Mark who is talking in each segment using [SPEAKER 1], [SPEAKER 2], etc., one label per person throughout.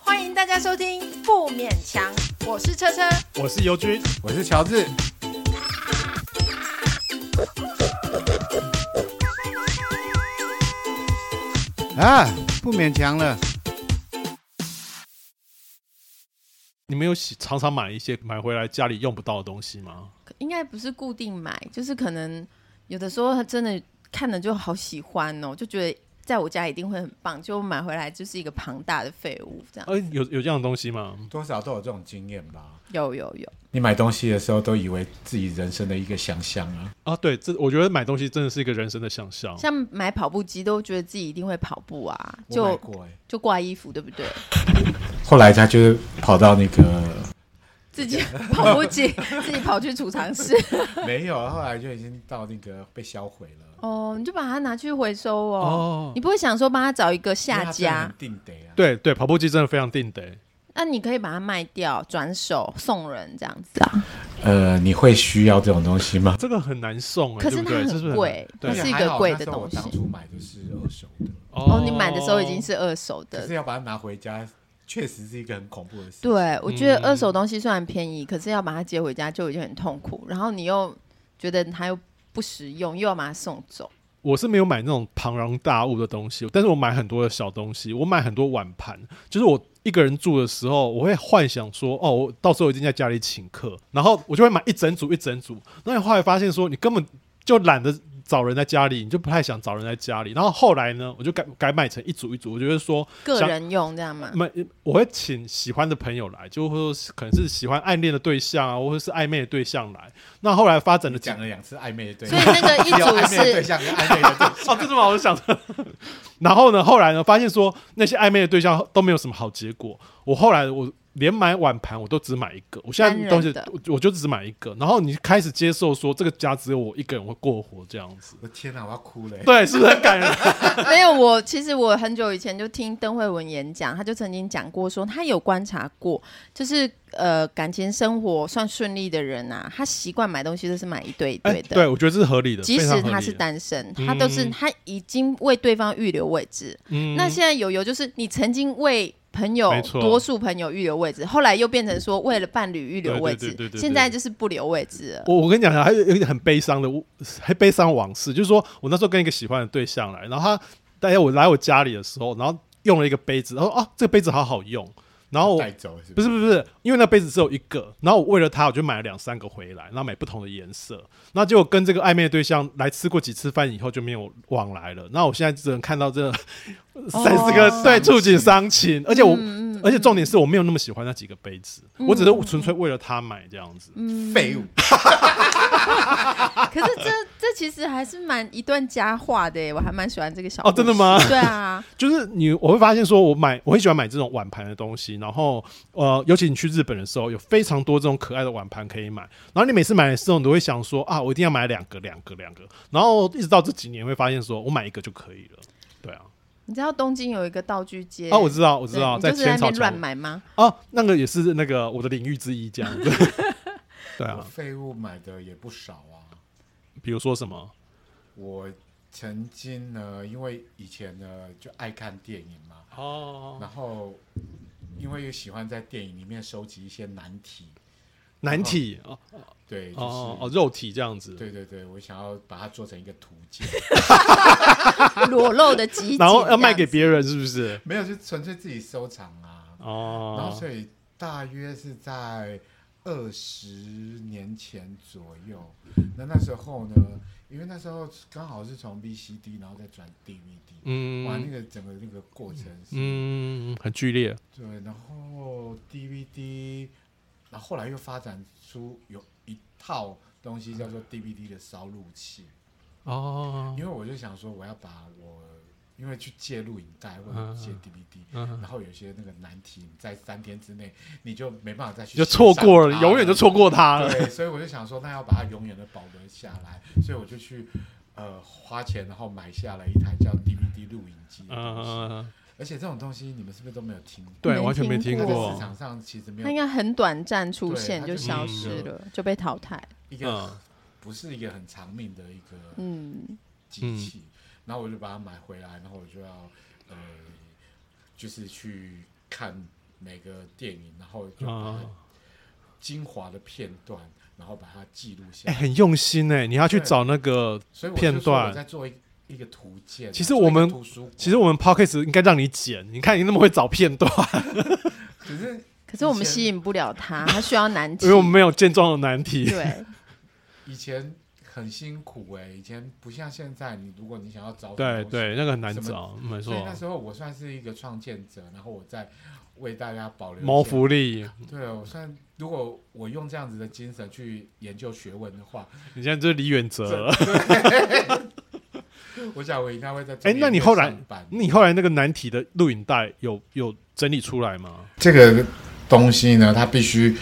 [SPEAKER 1] 欢迎大家收听《不勉强》，我是车车。
[SPEAKER 2] 我是尤军，
[SPEAKER 3] 我是乔治，啊，不勉强了。
[SPEAKER 2] 你们有喜常常买一些买回来家里用不到的东西吗？
[SPEAKER 1] 应该不是固定买，就是可能有的时候真的看了就好喜欢哦，就觉得在我家一定会很棒，就买回来就是一个庞大的废物这样。
[SPEAKER 2] 呃，有有这样的东西吗？
[SPEAKER 3] 多少都有这种经验吧。
[SPEAKER 1] 有有有，
[SPEAKER 3] 你买东西的时候都以为自己人生的一个想象啊，
[SPEAKER 2] 啊，对，这我觉得买东西真的是一个人生的想象。
[SPEAKER 1] 像买跑步机都觉得自己一定会跑步啊，
[SPEAKER 3] 我买
[SPEAKER 1] 就
[SPEAKER 3] 过哎、
[SPEAKER 1] 就挂衣服对 不对？
[SPEAKER 3] 后来他就是跑到那个
[SPEAKER 1] 自己跑步机 自己跑去储藏室
[SPEAKER 3] 没有，啊后来就已经到那个被销毁了。
[SPEAKER 1] 哦，你就把它拿去回收哦。
[SPEAKER 2] 哦，
[SPEAKER 1] 你不会想说帮他找一个
[SPEAKER 3] 因为
[SPEAKER 1] 下
[SPEAKER 3] 它真的
[SPEAKER 1] 家
[SPEAKER 3] 很？定得啊，
[SPEAKER 2] 对对，跑步机真的非常定得。
[SPEAKER 1] 那你可以把它卖掉，转手送人这样子啊？
[SPEAKER 3] 呃，你会需要这种东西吗？
[SPEAKER 2] 这个很难送哎、
[SPEAKER 1] 可
[SPEAKER 2] 对
[SPEAKER 1] 是
[SPEAKER 2] 不
[SPEAKER 1] 它
[SPEAKER 2] 对？这是不
[SPEAKER 1] 很
[SPEAKER 2] 是
[SPEAKER 1] 贵，它
[SPEAKER 2] 对啊
[SPEAKER 1] 是一个贵的东
[SPEAKER 3] 而且
[SPEAKER 1] 西
[SPEAKER 3] 还好那时候我。当初买的是二手的，
[SPEAKER 1] 哦，你买的时候已经是二手
[SPEAKER 3] 可
[SPEAKER 1] 的
[SPEAKER 3] 是，要把它拿回家，确实是一个很恐怖的事。，
[SPEAKER 1] 对我觉得
[SPEAKER 2] 嗯
[SPEAKER 1] 二手东西虽然便宜，可是要把它接回家就已经很痛苦，然后你又觉得它又不实用，又要把它送走。
[SPEAKER 2] 我是没有买那种庞然大物的东西，但是我买很多的小东西，我买很多碗盘。就是我一个人住的时候，我会幻想说，哦，我到时候一定在家里请客，然后我就会买一整组一整组。那你后来发现说，你根本就懒得找人在家里，你就不太想找人在家里。然后后来呢，我就改改买成一组一组，我觉得说
[SPEAKER 1] 个
[SPEAKER 2] 像
[SPEAKER 1] 人用这样嘛？
[SPEAKER 2] 没，我会请喜欢的朋友来，就会说是可能是喜欢暗恋的对象啊，或者是暧昧的对象来。那后来发展的
[SPEAKER 3] 讲了两次暧昧的对
[SPEAKER 1] 所
[SPEAKER 3] 象
[SPEAKER 1] 以，那个一
[SPEAKER 3] 只有暧昧的对
[SPEAKER 1] 组是
[SPEAKER 3] 象跟暧昧的对象。
[SPEAKER 2] 哦，这种我就想着。然后呢，后来呢，发现说那些暧昧的对象都没有什么好结果。我后来我连买碗盘我都只买一个，我现
[SPEAKER 1] 单
[SPEAKER 2] 在
[SPEAKER 1] 人
[SPEAKER 2] 东西
[SPEAKER 1] 的
[SPEAKER 2] 我我就只买一个。然后你开始接受说这个家只有我一个人会过活这样子，
[SPEAKER 3] 我的天哪，我要哭了欸！
[SPEAKER 2] 对，是不是很感人？
[SPEAKER 1] 没有我，其实我很久以前就听邓慧文演讲，他就曾经讲过说，他有观察过，就是呃感情生活算顺利的人啊，他习惯买东西都是买一堆一堆的。
[SPEAKER 2] 哎对，我觉得这是合理的，
[SPEAKER 1] 即
[SPEAKER 2] 非常
[SPEAKER 1] 使
[SPEAKER 2] 合
[SPEAKER 1] 他
[SPEAKER 2] 理
[SPEAKER 1] 是
[SPEAKER 2] 的，
[SPEAKER 1] 单身，
[SPEAKER 2] 嗯
[SPEAKER 1] 他都是他已经为对方预留位置。
[SPEAKER 2] 嗯
[SPEAKER 1] 那现在友友就是你曾经为朋友
[SPEAKER 2] 没，错
[SPEAKER 1] 多数朋友预留位置，后来又变成说为了伴侣预留位置
[SPEAKER 2] 对对对对对对
[SPEAKER 1] 现在就是不留位置了。
[SPEAKER 2] 我我跟你讲，还有有一个很悲伤的，还悲伤往事，就是说我那时候跟一个喜欢的对象来，然后他大家我来我家里的时候，然后用了一个杯子，然后说啊这个杯子好好用，然后我
[SPEAKER 3] 带走是
[SPEAKER 2] 不
[SPEAKER 3] 是？
[SPEAKER 2] 是不是不是，因为那杯子只有一个，然后我为了他我就买了两三个回来，然后买不同的颜色，那结果跟这个暧昧的对象来吃过几次饭以后就没有往来了，那我现在只能看到这三四个、对触景伤情，而且我、而且重点是我没有那么喜欢那几个杯子，我只是纯粹为了他买这样子，
[SPEAKER 3] 废物，
[SPEAKER 1] 可是这这其实还是蛮一段佳话的耶，我还蛮喜欢这个小
[SPEAKER 2] 哦真的吗
[SPEAKER 1] 故事对 啊，
[SPEAKER 2] 就是你，我会发现说，我买我很喜欢买这种碗盘的东西，然后呃，尤其你去日本的时候，有非常多这种可爱的碗盘可以买。然后你每次买的时候，你都会想说啊，我一定要买两个、两个、两个。然后一直到这几年会发现说，我买一个就可以了。对啊，
[SPEAKER 1] 你知道东京有一个道具街
[SPEAKER 2] 哦，我知道，我
[SPEAKER 1] 对
[SPEAKER 2] 知道，
[SPEAKER 1] 你就是在
[SPEAKER 2] 浅
[SPEAKER 1] 那
[SPEAKER 2] 草
[SPEAKER 1] 边乱
[SPEAKER 2] 城
[SPEAKER 1] 买吗？
[SPEAKER 2] 哦，那个也是那个我的领域之一，这样子。对
[SPEAKER 3] 我
[SPEAKER 2] 啊，
[SPEAKER 3] 废物买的也不少啊。
[SPEAKER 2] 比如说什么
[SPEAKER 3] 我曾经呢，因为以前呢就爱看电影嘛，
[SPEAKER 2] 哦，
[SPEAKER 3] 然后因为又喜欢在电影里面收集一些难题，
[SPEAKER 2] 难题哦
[SPEAKER 3] 对，就是、
[SPEAKER 2] 哦哦，肉体这样子。
[SPEAKER 3] 对对对，我想要把它做成一个图鉴，
[SPEAKER 1] 裸露的集锦，
[SPEAKER 2] 然后要卖
[SPEAKER 1] 这
[SPEAKER 2] 给
[SPEAKER 1] 样子
[SPEAKER 2] 别人，是不是？
[SPEAKER 3] 没有，就纯粹自己收藏啊。然后
[SPEAKER 2] 哦，
[SPEAKER 3] 所以大约是在二十年前左右，那那时候呢，因为那时候刚好是从 VCD 然后再转 DVD，、
[SPEAKER 2] 嗯
[SPEAKER 3] 哇，那个整个那个过程是。
[SPEAKER 2] 嗯，很剧烈。
[SPEAKER 3] 对，然后 DVD，然后后来又发展出有一套东西叫做 DVD 的烧录器，
[SPEAKER 2] 哦
[SPEAKER 3] 因为我就想说我要把我因为去借录影带或
[SPEAKER 2] 嗯
[SPEAKER 3] 者
[SPEAKER 2] 嗯
[SPEAKER 3] 借 DVD，、
[SPEAKER 2] 嗯
[SPEAKER 3] 然，后有些那个难题，你在三天之内你就没办法再去
[SPEAKER 2] 就
[SPEAKER 3] 欣
[SPEAKER 2] 错过
[SPEAKER 3] 赏
[SPEAKER 2] 了，
[SPEAKER 3] 它
[SPEAKER 2] 永远就错过他了。
[SPEAKER 3] 对，所以我就想说，那要把它永远的保留下来，所以我就去呃花钱，然后买下了一台叫 DVD 录影机的
[SPEAKER 2] 嗯
[SPEAKER 3] 东
[SPEAKER 2] 嗯
[SPEAKER 3] 西。
[SPEAKER 2] 嗯，嗯
[SPEAKER 3] 而且这种东西你们是不是都没有听过？
[SPEAKER 2] 对，
[SPEAKER 1] 没
[SPEAKER 2] 完全没
[SPEAKER 1] 听
[SPEAKER 2] 听
[SPEAKER 3] 它在
[SPEAKER 1] 过
[SPEAKER 3] 市场上其实没
[SPEAKER 1] 它应
[SPEAKER 3] 有
[SPEAKER 1] 该很短暂出
[SPEAKER 3] 对
[SPEAKER 1] 现
[SPEAKER 3] 它
[SPEAKER 1] 就
[SPEAKER 3] 就是
[SPEAKER 1] 消
[SPEAKER 2] 一
[SPEAKER 1] 失
[SPEAKER 3] 个
[SPEAKER 1] 了，就被淘汰。
[SPEAKER 3] 一个
[SPEAKER 2] 嗯
[SPEAKER 3] 不是一个很长命的一个
[SPEAKER 1] 嗯，
[SPEAKER 3] 机器，然后我就把它买回来，然后我就要呃就是去看每个电影，然后就把
[SPEAKER 2] 嗯，
[SPEAKER 3] 精华的片段，然后把它记录下
[SPEAKER 2] 哎，
[SPEAKER 3] 来。
[SPEAKER 2] 很用心哎，你要去找那个。
[SPEAKER 3] 所以我
[SPEAKER 2] 片
[SPEAKER 3] 就说我
[SPEAKER 2] 段
[SPEAKER 3] 在做一一个图鉴啊。
[SPEAKER 2] 其实
[SPEAKER 3] 做一
[SPEAKER 2] 我
[SPEAKER 3] 个
[SPEAKER 2] 们
[SPEAKER 3] 图书馆，
[SPEAKER 2] 其实我们 podcast 应该让你剪，你看你那么会找片段，
[SPEAKER 3] 可是
[SPEAKER 1] 可是我们
[SPEAKER 3] 以前
[SPEAKER 1] 吸引不了它，它需要难题
[SPEAKER 2] 因为。我们没有健壮的难题。
[SPEAKER 1] 对，
[SPEAKER 3] 以前很辛苦哎、以前不像现在，你如果你想要找
[SPEAKER 2] 对对，
[SPEAKER 3] 对，
[SPEAKER 2] 那个很难
[SPEAKER 3] 什么
[SPEAKER 2] 找，没
[SPEAKER 3] 所以
[SPEAKER 2] 错
[SPEAKER 3] 那。时候我算是一个创建者，然后我在为大家保留
[SPEAKER 2] 谋
[SPEAKER 3] 一些
[SPEAKER 2] 福利，
[SPEAKER 3] 对，我算如果我用这样子的精神去研究学问的话，
[SPEAKER 2] 你现在就是李远哲了。
[SPEAKER 3] 我想我应该会在
[SPEAKER 2] 哎那你后来
[SPEAKER 3] 中研院上班
[SPEAKER 2] 你后来那个难题的录影带有有整理出来吗？
[SPEAKER 3] 这个东西呢，它必须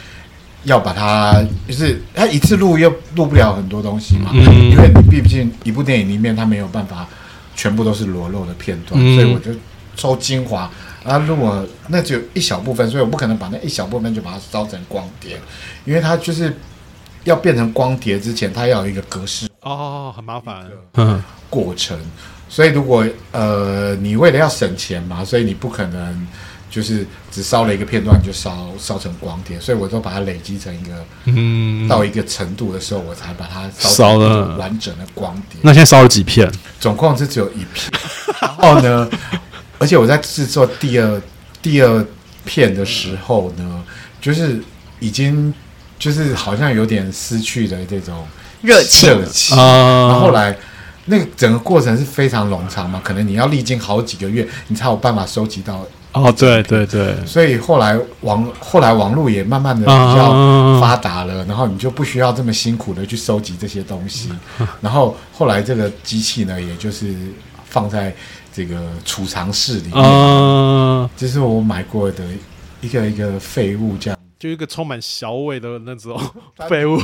[SPEAKER 3] 要把它，就是它一次录又录不了很多东西嘛，
[SPEAKER 2] 嗯
[SPEAKER 3] 因为你毕竟一部电影里面它没有办法全部都是裸露的片段，
[SPEAKER 2] 嗯
[SPEAKER 3] 所以我就抽精华。啊，如果那只有一小部分，所以我不可能把那一小部分就把它烧成光碟，因为它就是要变成光碟之前，它要有一个格式
[SPEAKER 2] 哦，很麻烦
[SPEAKER 3] 一个。
[SPEAKER 2] 嗯，
[SPEAKER 3] 过程。所以如果呃，你为了要省钱嘛，所以你不可能就是只烧了一个片段就烧烧成光碟，所以我都把它累积成一个、
[SPEAKER 2] 嗯，
[SPEAKER 3] 到一个程度的时候，我才把它烧
[SPEAKER 2] 烧
[SPEAKER 3] 成
[SPEAKER 2] 了
[SPEAKER 3] 一个完整的光碟。
[SPEAKER 2] 那现在烧了几片？
[SPEAKER 3] 总共是只有一片，然后呢， 而且我在制作第二第二片的时候呢，就是已经就是好像有点失去了这种
[SPEAKER 1] 热情
[SPEAKER 3] 热情然
[SPEAKER 2] 啊
[SPEAKER 3] 后后来那个整个过程是非常冗长嘛，可能你要历经好几个月，你才有办法收集到。
[SPEAKER 2] 哦，对对对，
[SPEAKER 3] 所以后来网后来网络也慢慢的比
[SPEAKER 2] 啊
[SPEAKER 3] 较发达了，然后你就不需要这么辛苦的去收集这些 东西。然后后来这个机器呢，也就是放在这个储藏室里
[SPEAKER 2] 嗯
[SPEAKER 3] 面，
[SPEAKER 2] 啊，
[SPEAKER 3] 这是我买过的一个一个废物这样。
[SPEAKER 2] 就一个充满小味的那 种废物，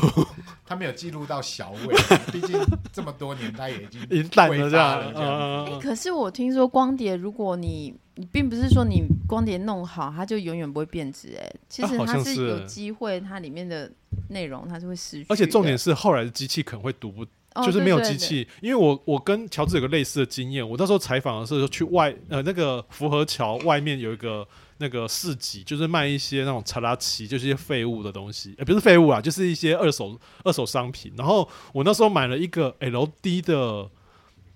[SPEAKER 3] 他没有记录到小伟，毕竟这么多年他也已经
[SPEAKER 2] 已经淡
[SPEAKER 3] 挥
[SPEAKER 2] 了这
[SPEAKER 3] 发
[SPEAKER 2] 样
[SPEAKER 3] 了。这样子。
[SPEAKER 1] 哎
[SPEAKER 2] 嗯，
[SPEAKER 1] 可是我听说光碟，如果你你并不是说你光碟弄好，它就永远不会变质。哎，其
[SPEAKER 2] 啊
[SPEAKER 1] 实
[SPEAKER 2] 好
[SPEAKER 1] 它
[SPEAKER 2] 像
[SPEAKER 1] 是
[SPEAKER 2] 是
[SPEAKER 1] 有机会，它里面的内容它是会失去的。
[SPEAKER 2] 而且重点是后来的机器可能会读不
[SPEAKER 1] 哦
[SPEAKER 2] 就是没有
[SPEAKER 1] 对
[SPEAKER 2] 机。
[SPEAKER 1] 对对
[SPEAKER 2] 器，因为我我跟乔治有个类似的经验，我那时候采访的时候去外呃那个福和桥外面有一个那个市集，就是卖一些那种查拉奇，就是一些废物的东西，呃不是废物啊，就是一些二手二手商品。然后我那时候买了一个 LD 的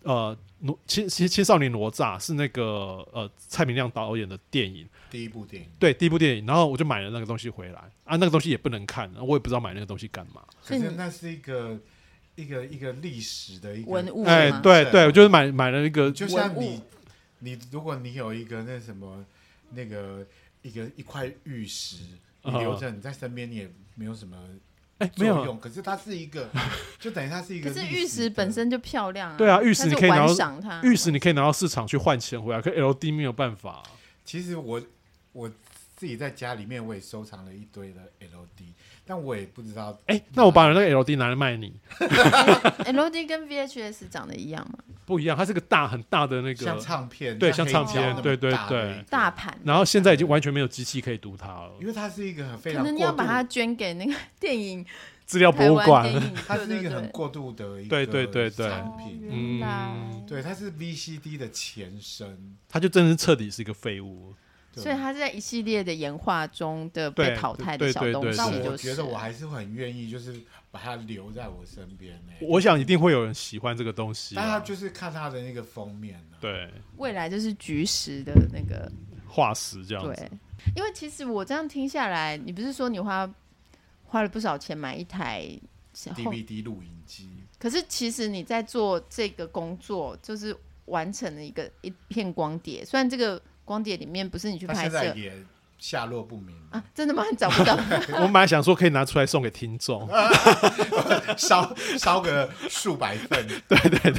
[SPEAKER 2] 呃哪青青青少年哪吒是那个呃蔡明亮导演的电影，
[SPEAKER 3] 第一部电影，
[SPEAKER 2] 对第一部电影，然后我就买了那个东西回来啊，那个东西也不能看，我也不知道买那个东西干嘛。
[SPEAKER 3] 可
[SPEAKER 1] 所以
[SPEAKER 3] 是
[SPEAKER 1] 你
[SPEAKER 3] 那是一个一个一个历史的一个
[SPEAKER 1] 文物是
[SPEAKER 2] 哎、
[SPEAKER 1] 吗
[SPEAKER 2] 对
[SPEAKER 3] 是
[SPEAKER 2] 对，我就是买买了一个
[SPEAKER 3] 就像
[SPEAKER 1] 文
[SPEAKER 3] 你
[SPEAKER 1] 物
[SPEAKER 3] 你如果你有一个那什么那个一个一块玉石，你
[SPEAKER 2] 啊
[SPEAKER 3] 留着你在身边你也没有什么
[SPEAKER 2] 哎、
[SPEAKER 3] 作
[SPEAKER 2] 没有。
[SPEAKER 3] 用，可是它是一个， 就等于它是一个
[SPEAKER 1] 可
[SPEAKER 3] 历史
[SPEAKER 1] 是
[SPEAKER 3] 的。
[SPEAKER 1] 玉石本身就漂亮啊。
[SPEAKER 2] 对啊玉石
[SPEAKER 1] 它
[SPEAKER 2] 你
[SPEAKER 1] 就
[SPEAKER 2] 可以拿到
[SPEAKER 1] 玩赏它。
[SPEAKER 2] 玉石你可以拿到市场去换钱回来，可 LD 没有办法。
[SPEAKER 3] 其实我我自己在家里面我也收藏了一堆的 LD，但我也不知道
[SPEAKER 2] 哎、那我把那个 LD 拿来卖你，
[SPEAKER 1] LD 跟 VHS 长得一样吗？
[SPEAKER 2] 不一样，它是个大很大的那
[SPEAKER 3] 像
[SPEAKER 2] 个，
[SPEAKER 3] 唱片
[SPEAKER 2] 对
[SPEAKER 3] 黑
[SPEAKER 2] 像
[SPEAKER 1] 唱
[SPEAKER 3] 胶
[SPEAKER 1] 片
[SPEAKER 3] 那么
[SPEAKER 2] 对对
[SPEAKER 3] 大的
[SPEAKER 2] 对
[SPEAKER 3] 一个
[SPEAKER 1] 大盘。
[SPEAKER 2] 然后现在已经完全没有机器可以读它了，
[SPEAKER 3] 因为它是一个很非
[SPEAKER 1] 可
[SPEAKER 3] 常
[SPEAKER 1] 能你
[SPEAKER 3] 过
[SPEAKER 1] 要
[SPEAKER 3] 度
[SPEAKER 1] 把它捐给那个电影
[SPEAKER 2] 资料博
[SPEAKER 1] 台
[SPEAKER 2] 物
[SPEAKER 1] 湾
[SPEAKER 2] 馆
[SPEAKER 1] 电。影，
[SPEAKER 3] 它是一个很
[SPEAKER 1] 对哦
[SPEAKER 3] 过度的一个
[SPEAKER 2] 对对对对
[SPEAKER 3] 产品，
[SPEAKER 1] 对对
[SPEAKER 2] 嗯
[SPEAKER 3] 对，它是 VCD 的前身，
[SPEAKER 2] 它就真的是彻底是一个废物。
[SPEAKER 3] 对
[SPEAKER 1] 所以它是在一系列的演化中的被
[SPEAKER 2] 对
[SPEAKER 1] 淘汰
[SPEAKER 2] 对
[SPEAKER 1] 的小
[SPEAKER 2] 对
[SPEAKER 1] 东
[SPEAKER 2] 对
[SPEAKER 1] 西，
[SPEAKER 3] 但
[SPEAKER 2] 对
[SPEAKER 1] 就
[SPEAKER 3] 我
[SPEAKER 1] 是
[SPEAKER 3] 觉得我还是很愿意，就是把它留在我身边呢、
[SPEAKER 2] 我想一定会有人喜欢这个东西啊、
[SPEAKER 3] 大家就是看它的那个封面啊呢、
[SPEAKER 2] 对
[SPEAKER 1] 未来就是菊石的那个
[SPEAKER 2] 化石这样子。
[SPEAKER 1] 对，因为其实我这样听下来，你不是说你花花了不少钱买一台后，
[SPEAKER 3] DVD 录影机，
[SPEAKER 1] 可是其实你在做这个工作，就是完成了一个一片光碟，虽然这个光碟里面不是你去
[SPEAKER 3] 它
[SPEAKER 1] 拍
[SPEAKER 3] 现在
[SPEAKER 1] 摄，
[SPEAKER 3] 也下落不 明，
[SPEAKER 1] 啊，真的吗？找不 到，
[SPEAKER 2] 我本来想说可以拿出来送给听众，
[SPEAKER 1] 啊
[SPEAKER 3] 烧烧个数百份，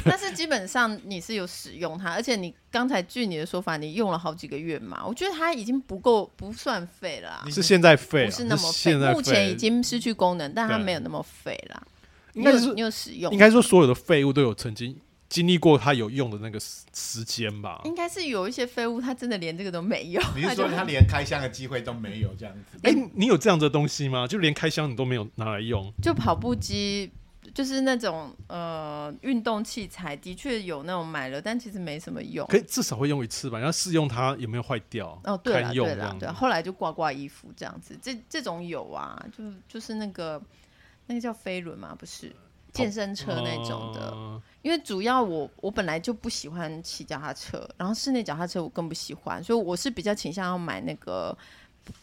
[SPEAKER 1] 但是基本上你是有使用它，而且你刚才据你的说法，你用了好几个月嘛，我觉得它已经不够，不算废了啊、
[SPEAKER 2] 是现在废啊，
[SPEAKER 1] 不是那么废
[SPEAKER 2] 现在，
[SPEAKER 1] 目前
[SPEAKER 2] 废
[SPEAKER 1] 已。经失去功能，但它
[SPEAKER 2] 对
[SPEAKER 1] 没有那么废啊啦。
[SPEAKER 2] 应该
[SPEAKER 1] 你有
[SPEAKER 2] 是
[SPEAKER 1] 你有使用，
[SPEAKER 2] 应该说所有的废物都有曾经经历过它有用的那个时时间吧。
[SPEAKER 1] 应该是有一些废物，它真的连这个都没有。
[SPEAKER 3] 你是说
[SPEAKER 1] 就
[SPEAKER 3] 他连开箱的机会都没有这样子？
[SPEAKER 2] 哎、你有这样的东西吗？就连开箱你都没有拿来用，
[SPEAKER 1] 就跑步机，就是那种呃运动器材，的确有那种买了，但其实没什么用。
[SPEAKER 2] 可以至少会用一次吧，然后试用它有没有坏掉，
[SPEAKER 1] 哦，对了，
[SPEAKER 2] 堪用
[SPEAKER 1] 对
[SPEAKER 2] 这
[SPEAKER 1] 了
[SPEAKER 2] 样，子
[SPEAKER 1] 对啦，后来就挂挂衣服这样子，这这种有啊，就就是那个那个叫飞轮嘛，不是
[SPEAKER 2] 哦
[SPEAKER 1] 健身车那种的，
[SPEAKER 2] 嗯
[SPEAKER 1] 因为主要我我本来就不喜欢骑脚踏车，然后室内脚踏车我更不喜欢，所以我是比较倾向要买那个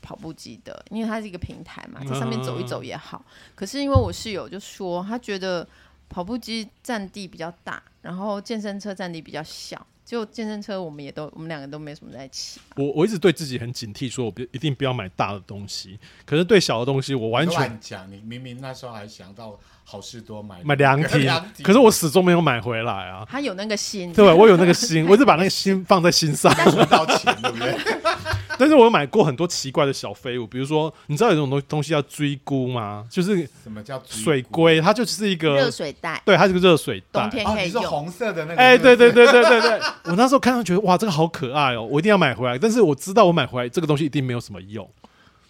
[SPEAKER 1] 跑步机的，因为它是一个平台嘛，在上面走一
[SPEAKER 2] 嗯
[SPEAKER 1] 走也好。可是因为我室友就说，他觉得跑步机占地比较大，然后健身车占地比较小。结果健身车我们也都我们两个都没什么在骑，
[SPEAKER 2] 我我一直对自己很警惕，说我不一定不要买大的东西，可是对小的东西我完全
[SPEAKER 3] 乱讲，你明明那时候还想到好事多买
[SPEAKER 2] 买 凉亭
[SPEAKER 3] 凉，亭
[SPEAKER 2] 可是我始终没有买回来啊。
[SPEAKER 1] 他有那个心，
[SPEAKER 2] 对，我有那个心，我一直把那个心放在心 上。
[SPEAKER 3] 赚到钱，对不对？
[SPEAKER 2] 但是我有买过很多奇怪的小废物，比如说，你知道有一种东东西叫追菇吗？就是
[SPEAKER 3] 什么叫追
[SPEAKER 2] 水
[SPEAKER 3] 锅？
[SPEAKER 2] 龟，它就是一
[SPEAKER 1] 热
[SPEAKER 2] 个，
[SPEAKER 1] 水袋，
[SPEAKER 2] 对，它是个热水
[SPEAKER 1] 冬
[SPEAKER 2] 袋。啊
[SPEAKER 1] 天
[SPEAKER 3] 哦，
[SPEAKER 1] 可
[SPEAKER 3] 你
[SPEAKER 1] 以
[SPEAKER 3] 是
[SPEAKER 1] 用。
[SPEAKER 3] 红色的那个？
[SPEAKER 2] 哎、对对对对对对， 我那时候看到觉得哇，这个好可爱哦、我一定要买回来。但是我知道我买回来这个东西一定没有什么用，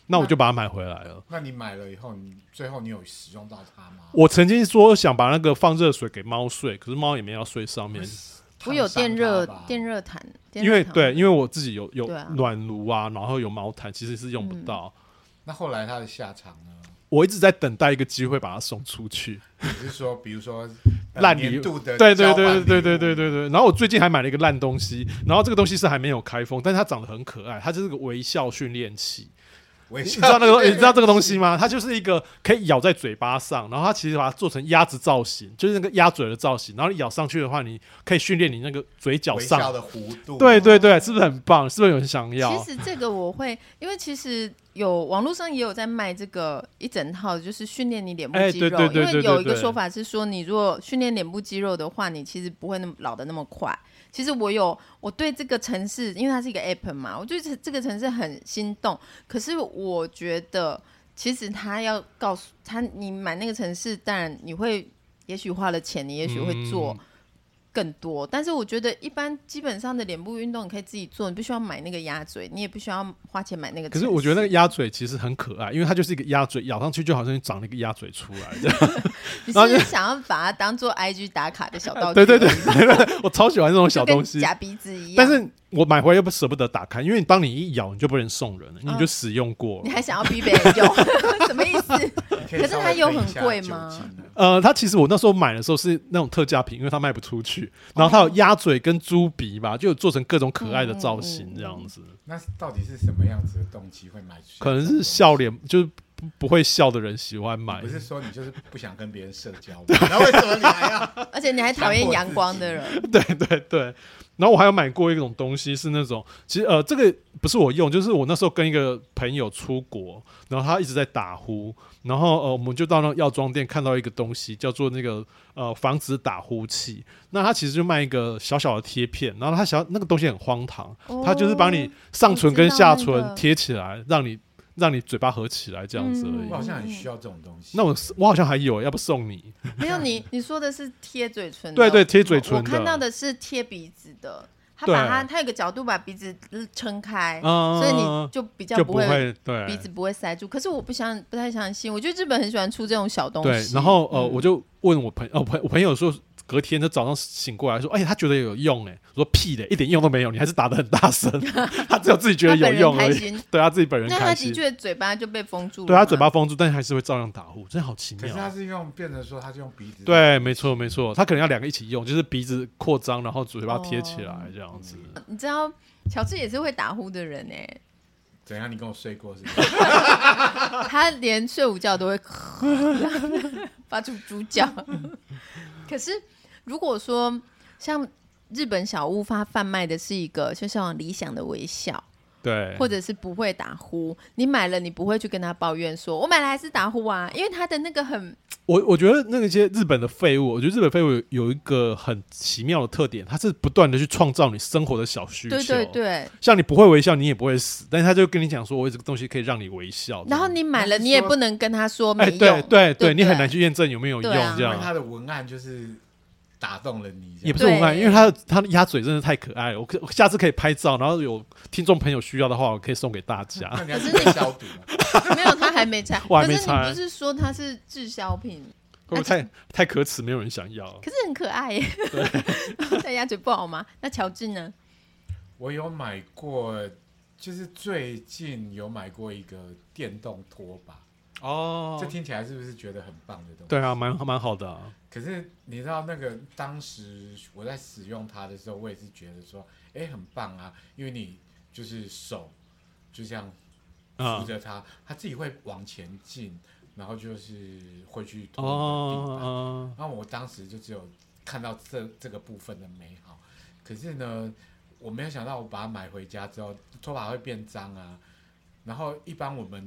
[SPEAKER 2] 那我就把它买回来了。
[SPEAKER 3] 那你买了以后，你最后你有使用到它 吗？
[SPEAKER 2] 我曾经说想把那个放热水给猫睡，可是猫也没有要睡上面，
[SPEAKER 1] 我有电热电
[SPEAKER 3] 热，
[SPEAKER 1] 热毯，电
[SPEAKER 2] 因为
[SPEAKER 1] 热毯
[SPEAKER 2] 对，因为我自己有有
[SPEAKER 1] 对啊嗯
[SPEAKER 2] 暖炉啊，然后有毛毯，其实是用不到。
[SPEAKER 3] 那后来它的下场呢？
[SPEAKER 2] 我一直在等待一个机会把它送出去，
[SPEAKER 3] 你是说，比如说呃
[SPEAKER 2] 烂礼
[SPEAKER 3] 年
[SPEAKER 2] 物，
[SPEAKER 3] 度的
[SPEAKER 2] 对对
[SPEAKER 3] 交换
[SPEAKER 2] 对对对对
[SPEAKER 3] 礼物
[SPEAKER 2] 对对对。然后我最近还买了一个烂东西，然后这个东西是还没有开封，但是它长得很可爱，它就是个微笑训练器。
[SPEAKER 3] 我也
[SPEAKER 2] 你
[SPEAKER 3] 是
[SPEAKER 2] 知道 那个你知道这个东西吗？它就是一个可以咬在嘴巴上，然后它其实把它做成鸭子造型，就是那个鸭嘴的造型。然后你咬上去的话，你可以训练你那个嘴角
[SPEAKER 3] 微笑
[SPEAKER 2] 上。
[SPEAKER 3] 的弧度，
[SPEAKER 2] 对对对，是不是很棒？是不是有人想要
[SPEAKER 1] 其？实这个我会，因为其实有网络上也有在卖这个一整套，就是训练你脸部
[SPEAKER 2] 哎
[SPEAKER 1] 肌
[SPEAKER 2] 对
[SPEAKER 1] 肉。
[SPEAKER 2] 对对对
[SPEAKER 1] 因为有
[SPEAKER 2] 对
[SPEAKER 1] 一个
[SPEAKER 2] 对
[SPEAKER 1] 说法是说，你如果训练脸部肌肉的话，你其实不会那么老的那么快。其实我有，我对这个城市，因为它是一个 app 嘛，我对这这个城市很心动。可是我觉得，其实他要告诉他，你买那个城市，当然你会，也许花了钱，你也许会做。
[SPEAKER 2] 嗯
[SPEAKER 1] 更多，但是我觉得一般基本上的脸部运动你可以自己做，你不需要买那个鸭嘴，你也不需要花钱买那个。
[SPEAKER 2] 可是我觉得那个鸭嘴其实很可爱，因为它就是一个鸭嘴，咬上去就好像长了一个鸭嘴出来 这样。
[SPEAKER 1] 你是
[SPEAKER 2] 然后
[SPEAKER 1] 不
[SPEAKER 2] 就是
[SPEAKER 1] 想要把它当做 IG 打卡 的小道具，
[SPEAKER 2] 对对对，我超喜欢这种小
[SPEAKER 1] 就跟
[SPEAKER 2] 东西。
[SPEAKER 1] 夹鼻子一样。
[SPEAKER 2] 但是我买回来又不舍不得打开，因为当你一咬，你就不能送人了，你就使用过
[SPEAKER 1] 你
[SPEAKER 2] 了。
[SPEAKER 1] 还想要逼别人用， 什么意 思？
[SPEAKER 3] 你以
[SPEAKER 1] 可是
[SPEAKER 3] 稍微
[SPEAKER 1] 它有
[SPEAKER 3] 喷一
[SPEAKER 1] 很
[SPEAKER 3] 下
[SPEAKER 1] 贵
[SPEAKER 3] 酒
[SPEAKER 1] 吗
[SPEAKER 3] 精啊
[SPEAKER 2] 呃，它其实我那时候买的时候是那种特价品，因为它卖不出去。然后它有鸭嘴跟猪鼻吧，就有做成各种可爱的造型这样子，
[SPEAKER 3] 那到底是什么样子的动机会买？
[SPEAKER 2] 可能是笑脸，就是不不会笑的人喜欢买
[SPEAKER 3] 哦不。是说你就是不想跟别人社交吗？ 那为什么你 还要？
[SPEAKER 1] 而且你还讨厌阳光的人，
[SPEAKER 2] 对对对。然后我还有买过一种东西，是那种其实呃，这个不是我用，就是我那时候跟一个朋友出国，然后他一直在打呼，然后呃，我们就到那个药妆店看到一个东西，叫做那个呃防止打呼器。那它其实就卖一个小小的贴片，然后它小那个东西很荒唐，它就是把你上唇跟下
[SPEAKER 1] 哦我知道那
[SPEAKER 2] 唇
[SPEAKER 1] 个
[SPEAKER 2] 贴起来，让你让你嘴巴合起来这样子而
[SPEAKER 1] 嗯
[SPEAKER 2] 已。
[SPEAKER 3] 我好像很需要这种东西。
[SPEAKER 2] 那我我好像还有，要不送你？
[SPEAKER 1] 没有你，你说的是贴嘴唇的，
[SPEAKER 2] 对对贴嘴唇的
[SPEAKER 1] 我看到的是贴鼻子的，他
[SPEAKER 2] 对
[SPEAKER 1] 把它，它有个角度把鼻子撑开，
[SPEAKER 2] 嗯
[SPEAKER 1] 所以你就比较
[SPEAKER 2] 就
[SPEAKER 1] 不
[SPEAKER 2] 不
[SPEAKER 1] 会
[SPEAKER 2] 会对
[SPEAKER 1] 鼻子不会塞住。可是我不相不太相信，我觉得日本很喜欢出这种小东西。嗯
[SPEAKER 2] 对，然后呃，我就问我朋友，呃我朋我朋友说，隔天他早上醒过来说，哎、他觉得有用哎、我说屁的，一点用都没有，你还是打的很 大声，他只有自己觉得有用
[SPEAKER 1] 他本人开
[SPEAKER 2] 而已
[SPEAKER 1] 心，
[SPEAKER 2] 对他自己本人
[SPEAKER 1] 那他
[SPEAKER 2] 开
[SPEAKER 1] 的
[SPEAKER 2] 心，
[SPEAKER 1] 确嘴巴就被封住了嘛，
[SPEAKER 2] 对他嘴巴封住，但还是会照样打呼，真的好奇
[SPEAKER 3] 可是
[SPEAKER 2] 妙
[SPEAKER 3] 他
[SPEAKER 2] 啊。
[SPEAKER 3] 是用，变成说他是用鼻子。
[SPEAKER 2] 对，没错没错，他可能要两个一起用，就是鼻子扩张，然后嘴巴贴起来这样子。
[SPEAKER 1] 你知道，乔治也是会打呼的人哎、
[SPEAKER 3] 怎样？你跟我睡过是不是？
[SPEAKER 1] 他连睡午觉都会 发出猪 叫。可是如果说像日本小屋，它贩卖的是一个就像理想的微笑，
[SPEAKER 2] 对，
[SPEAKER 1] 或者是不会打呼，你买了你不会去跟他抱怨说，我买了还是打呼啊，因为他的那个很
[SPEAKER 2] 我我觉得那些日本的废物，我觉得日本废物有有一个很奇妙的特点，它是不断的去创造你生活的小需求。
[SPEAKER 1] 对对对，
[SPEAKER 2] 像你不会微笑，你也不会死，但是他就跟你讲说，我有这个东西可以让你微笑。
[SPEAKER 1] 然后你买了你也不能跟他说没
[SPEAKER 2] 哎，
[SPEAKER 1] 用，
[SPEAKER 2] 对对
[SPEAKER 1] 对
[SPEAKER 2] 对，
[SPEAKER 1] 不
[SPEAKER 2] 你很难去验证有没有用
[SPEAKER 1] 对啊
[SPEAKER 2] 这
[SPEAKER 3] 因为
[SPEAKER 2] 样。
[SPEAKER 3] 他的文案就是打动了你，这
[SPEAKER 2] 也不
[SPEAKER 3] 样
[SPEAKER 2] 是文案，
[SPEAKER 1] 对
[SPEAKER 2] 因为他的他的鸭嘴真的太可爱了，我可我下次可以拍照，然后有听众朋友需要的话，我可以送给大 家。
[SPEAKER 3] 那你还
[SPEAKER 1] 可是
[SPEAKER 3] 是
[SPEAKER 1] 那个
[SPEAKER 3] 消毒啊，
[SPEAKER 1] 没有他还没拆，
[SPEAKER 2] 我还没
[SPEAKER 1] 可是
[SPEAKER 2] 拆
[SPEAKER 1] 你
[SPEAKER 2] 哦
[SPEAKER 1] 不是说它是滞销品，
[SPEAKER 2] 会不会太太可耻，没有人想要
[SPEAKER 1] 可？是很可爱耶， 戴鸭嘴不好吗？那乔治呢？
[SPEAKER 3] 我有买过，就是最近有买过一个电动拖把，
[SPEAKER 2] 哦
[SPEAKER 3] 这听起来是不是觉得很棒的东西？
[SPEAKER 2] 对啊，蛮蛮好的啊、
[SPEAKER 3] 可是你知道那个当时我在使用它的时候，我也是觉得说，哎，很棒啊，因为你就是手就这样扶
[SPEAKER 2] 啊。
[SPEAKER 3] 着它，它自己会往前进，然后就是会去
[SPEAKER 2] 哦
[SPEAKER 3] 拖地板。
[SPEAKER 2] 哦，
[SPEAKER 3] 然后我当时就只有看到这这个部分的美好，可是呢，我没有想到我把它买回家之后，拖把会变脏啊。然后一般我们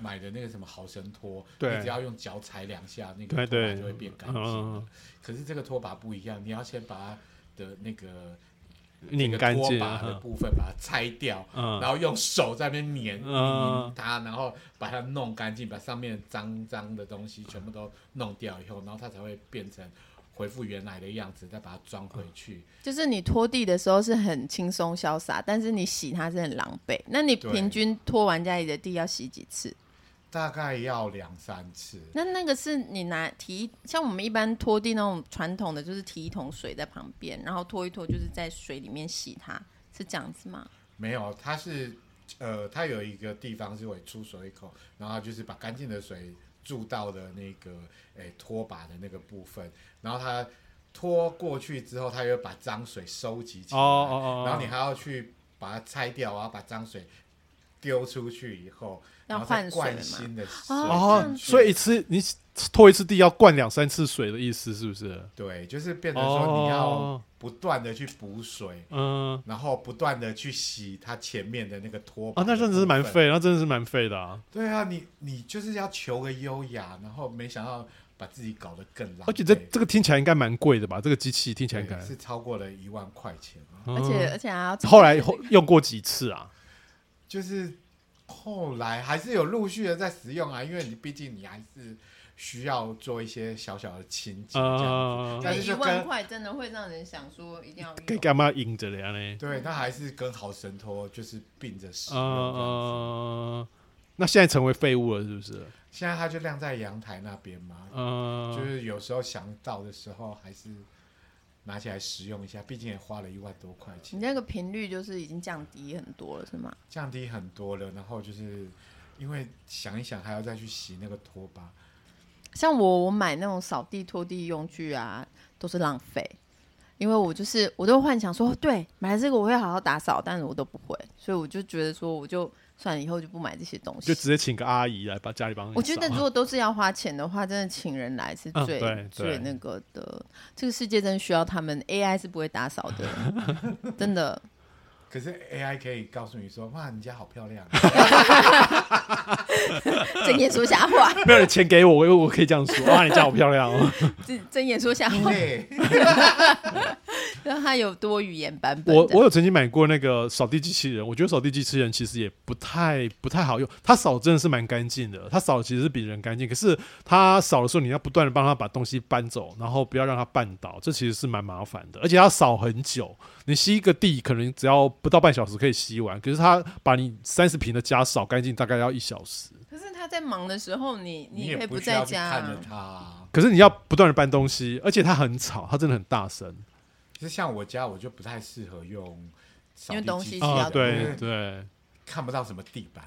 [SPEAKER 3] 买的那个什么毫升拖，
[SPEAKER 2] 对
[SPEAKER 3] 你只要用脚踩两下，那
[SPEAKER 2] 对
[SPEAKER 3] 个拖把
[SPEAKER 2] 对，
[SPEAKER 3] 就会变干净。
[SPEAKER 2] 嗯，
[SPEAKER 3] 可是这个拖把不一样，你要先把它的那个
[SPEAKER 2] 拧
[SPEAKER 3] 那个
[SPEAKER 2] 干
[SPEAKER 3] 拖
[SPEAKER 2] 净，啊
[SPEAKER 3] 把的部分把它拆掉，
[SPEAKER 2] 嗯
[SPEAKER 3] 然后用手在那边碾
[SPEAKER 2] 嗯
[SPEAKER 3] 拧它，然后把它弄干净，把上面脏脏的东西全部都弄掉以后，然后它才会变成恢复原来的样子，再把它装回去。
[SPEAKER 2] 嗯
[SPEAKER 1] 就是你拖地的时候是很轻松潇洒，但是你洗它是很狼狈。那你
[SPEAKER 3] 对
[SPEAKER 1] 平均拖完家里的地要洗几次？
[SPEAKER 3] 大概要两三次，
[SPEAKER 1] 那那个是你拿提，像我们一般拖地那种传统的，就是提一桶水在旁边，然后拖一拖，就是在水里面洗它，是这样子吗？
[SPEAKER 3] 没有，它是呃，它有一个地方是会出水口，然后它就是把干净的水注到的那个诶拖把的那个部分，然后它拖过去之后，它又把脏水收集起
[SPEAKER 2] 哦
[SPEAKER 3] 来，
[SPEAKER 2] 哦哦，
[SPEAKER 3] 然后你还要去把它拆掉，然后把脏水丢出去以后，
[SPEAKER 1] 要
[SPEAKER 3] 然后再
[SPEAKER 1] 换水
[SPEAKER 3] 灌
[SPEAKER 1] 嘛
[SPEAKER 3] 新的水
[SPEAKER 1] 哦
[SPEAKER 3] 进
[SPEAKER 2] 哦，
[SPEAKER 3] 去
[SPEAKER 2] 所以一次你拖一次地要灌两三次水的意思是不是？
[SPEAKER 3] 对，就是变成说你要
[SPEAKER 2] 哦，
[SPEAKER 3] 不断的去补水，
[SPEAKER 2] 嗯，
[SPEAKER 3] 然后不断的去洗它前面的那个拖把
[SPEAKER 2] 啊，那真的是蛮
[SPEAKER 3] 部分。
[SPEAKER 2] 费，那真的是蛮费的啊。
[SPEAKER 3] 对啊，你你就是要求个优雅，然后没想到把自己搞得更狼狈，
[SPEAKER 2] 而且这这个听起来应该蛮贵的吧？这个机器听起来应该
[SPEAKER 3] 对，是超过了一万块钱啊，
[SPEAKER 2] 嗯
[SPEAKER 1] 而且而且还要
[SPEAKER 2] 后来后用过几次啊？
[SPEAKER 3] 就是后来还是有陆续的在使用啊，因为你毕竟你还是需要做一些小小的清洁这样子。
[SPEAKER 2] 啊，
[SPEAKER 3] 但是
[SPEAKER 1] 一
[SPEAKER 3] 就
[SPEAKER 1] 万
[SPEAKER 3] 跟
[SPEAKER 1] 块真的会让人想说一定要
[SPEAKER 2] 给
[SPEAKER 1] 用。
[SPEAKER 2] 干嘛引着了呢？
[SPEAKER 3] 对，那还是跟好神托就是并着使
[SPEAKER 2] 啊
[SPEAKER 3] 用这样子。
[SPEAKER 2] 啊，那现在成为废物了是不是？
[SPEAKER 3] 现在它就晾在阳台那边嘛，
[SPEAKER 2] 嗯，
[SPEAKER 3] 就是有时候想到的时候还是拿起来使用一下，毕竟也花了一万多块
[SPEAKER 1] 你
[SPEAKER 3] 钱，
[SPEAKER 1] 那个频率就是已经降低很多了，是吗？
[SPEAKER 3] 降低很多了。然后就是因为想一想还要再去洗那个拖把，
[SPEAKER 1] 像我，我买那种扫地、拖地用具啊，都是浪费，因为我就是我都幻想说，对，买了这个我会好好打扫，但是我都不会，所以我就觉得说，我就算了，以后就不买这些东西
[SPEAKER 2] 就。直接请个阿姨来把家里帮你扫。
[SPEAKER 1] 我觉得如果都是要花钱的话，真的请人来是
[SPEAKER 2] 嗯
[SPEAKER 1] 最、
[SPEAKER 2] 对
[SPEAKER 1] 最
[SPEAKER 2] 对
[SPEAKER 1] 那个的。这个世界真需要他们，AI 是不会打扫的， 真的。
[SPEAKER 3] 可是 AI 可以告诉你说，哇，你家好漂亮啊，
[SPEAKER 1] 睁眼说瞎话，
[SPEAKER 2] 没有人钱给我，我我可以这样说，哇，你家好漂亮哦。
[SPEAKER 1] 睁睁眼说瞎
[SPEAKER 3] 因
[SPEAKER 1] 话，
[SPEAKER 3] 为
[SPEAKER 1] 让它有多语言版本
[SPEAKER 2] 我
[SPEAKER 1] 的。
[SPEAKER 2] 我有曾经买过那个扫地机器人，我觉得扫地机器人其实也不太不太好用，它扫真的是蛮干净的，它扫其实是比人干净，可是它扫的时候你要不断的帮它把东西搬走，然后不要让它绊倒，这其实是蛮麻烦的，而且它扫很久，你吸一个地可能只要不到半小时可以吸完，可是它把你三十平的家扫干净大概要一小时，
[SPEAKER 1] 可是他在忙的时候，你
[SPEAKER 3] 你
[SPEAKER 1] 也
[SPEAKER 3] 也
[SPEAKER 1] 可以
[SPEAKER 3] 不需
[SPEAKER 1] 在
[SPEAKER 3] 要去
[SPEAKER 1] 家、
[SPEAKER 3] 看
[SPEAKER 1] 啊
[SPEAKER 3] 着。它啊、
[SPEAKER 2] 可是你要不断的搬东西，而且它很吵，它真的很大声
[SPEAKER 3] 其实像我家，我就不太适合用扫
[SPEAKER 1] 因为东
[SPEAKER 3] 地
[SPEAKER 1] 西
[SPEAKER 3] 机
[SPEAKER 1] 是要
[SPEAKER 3] 器
[SPEAKER 2] 啊，对
[SPEAKER 3] 人
[SPEAKER 2] 对，
[SPEAKER 3] 看不到什么地板，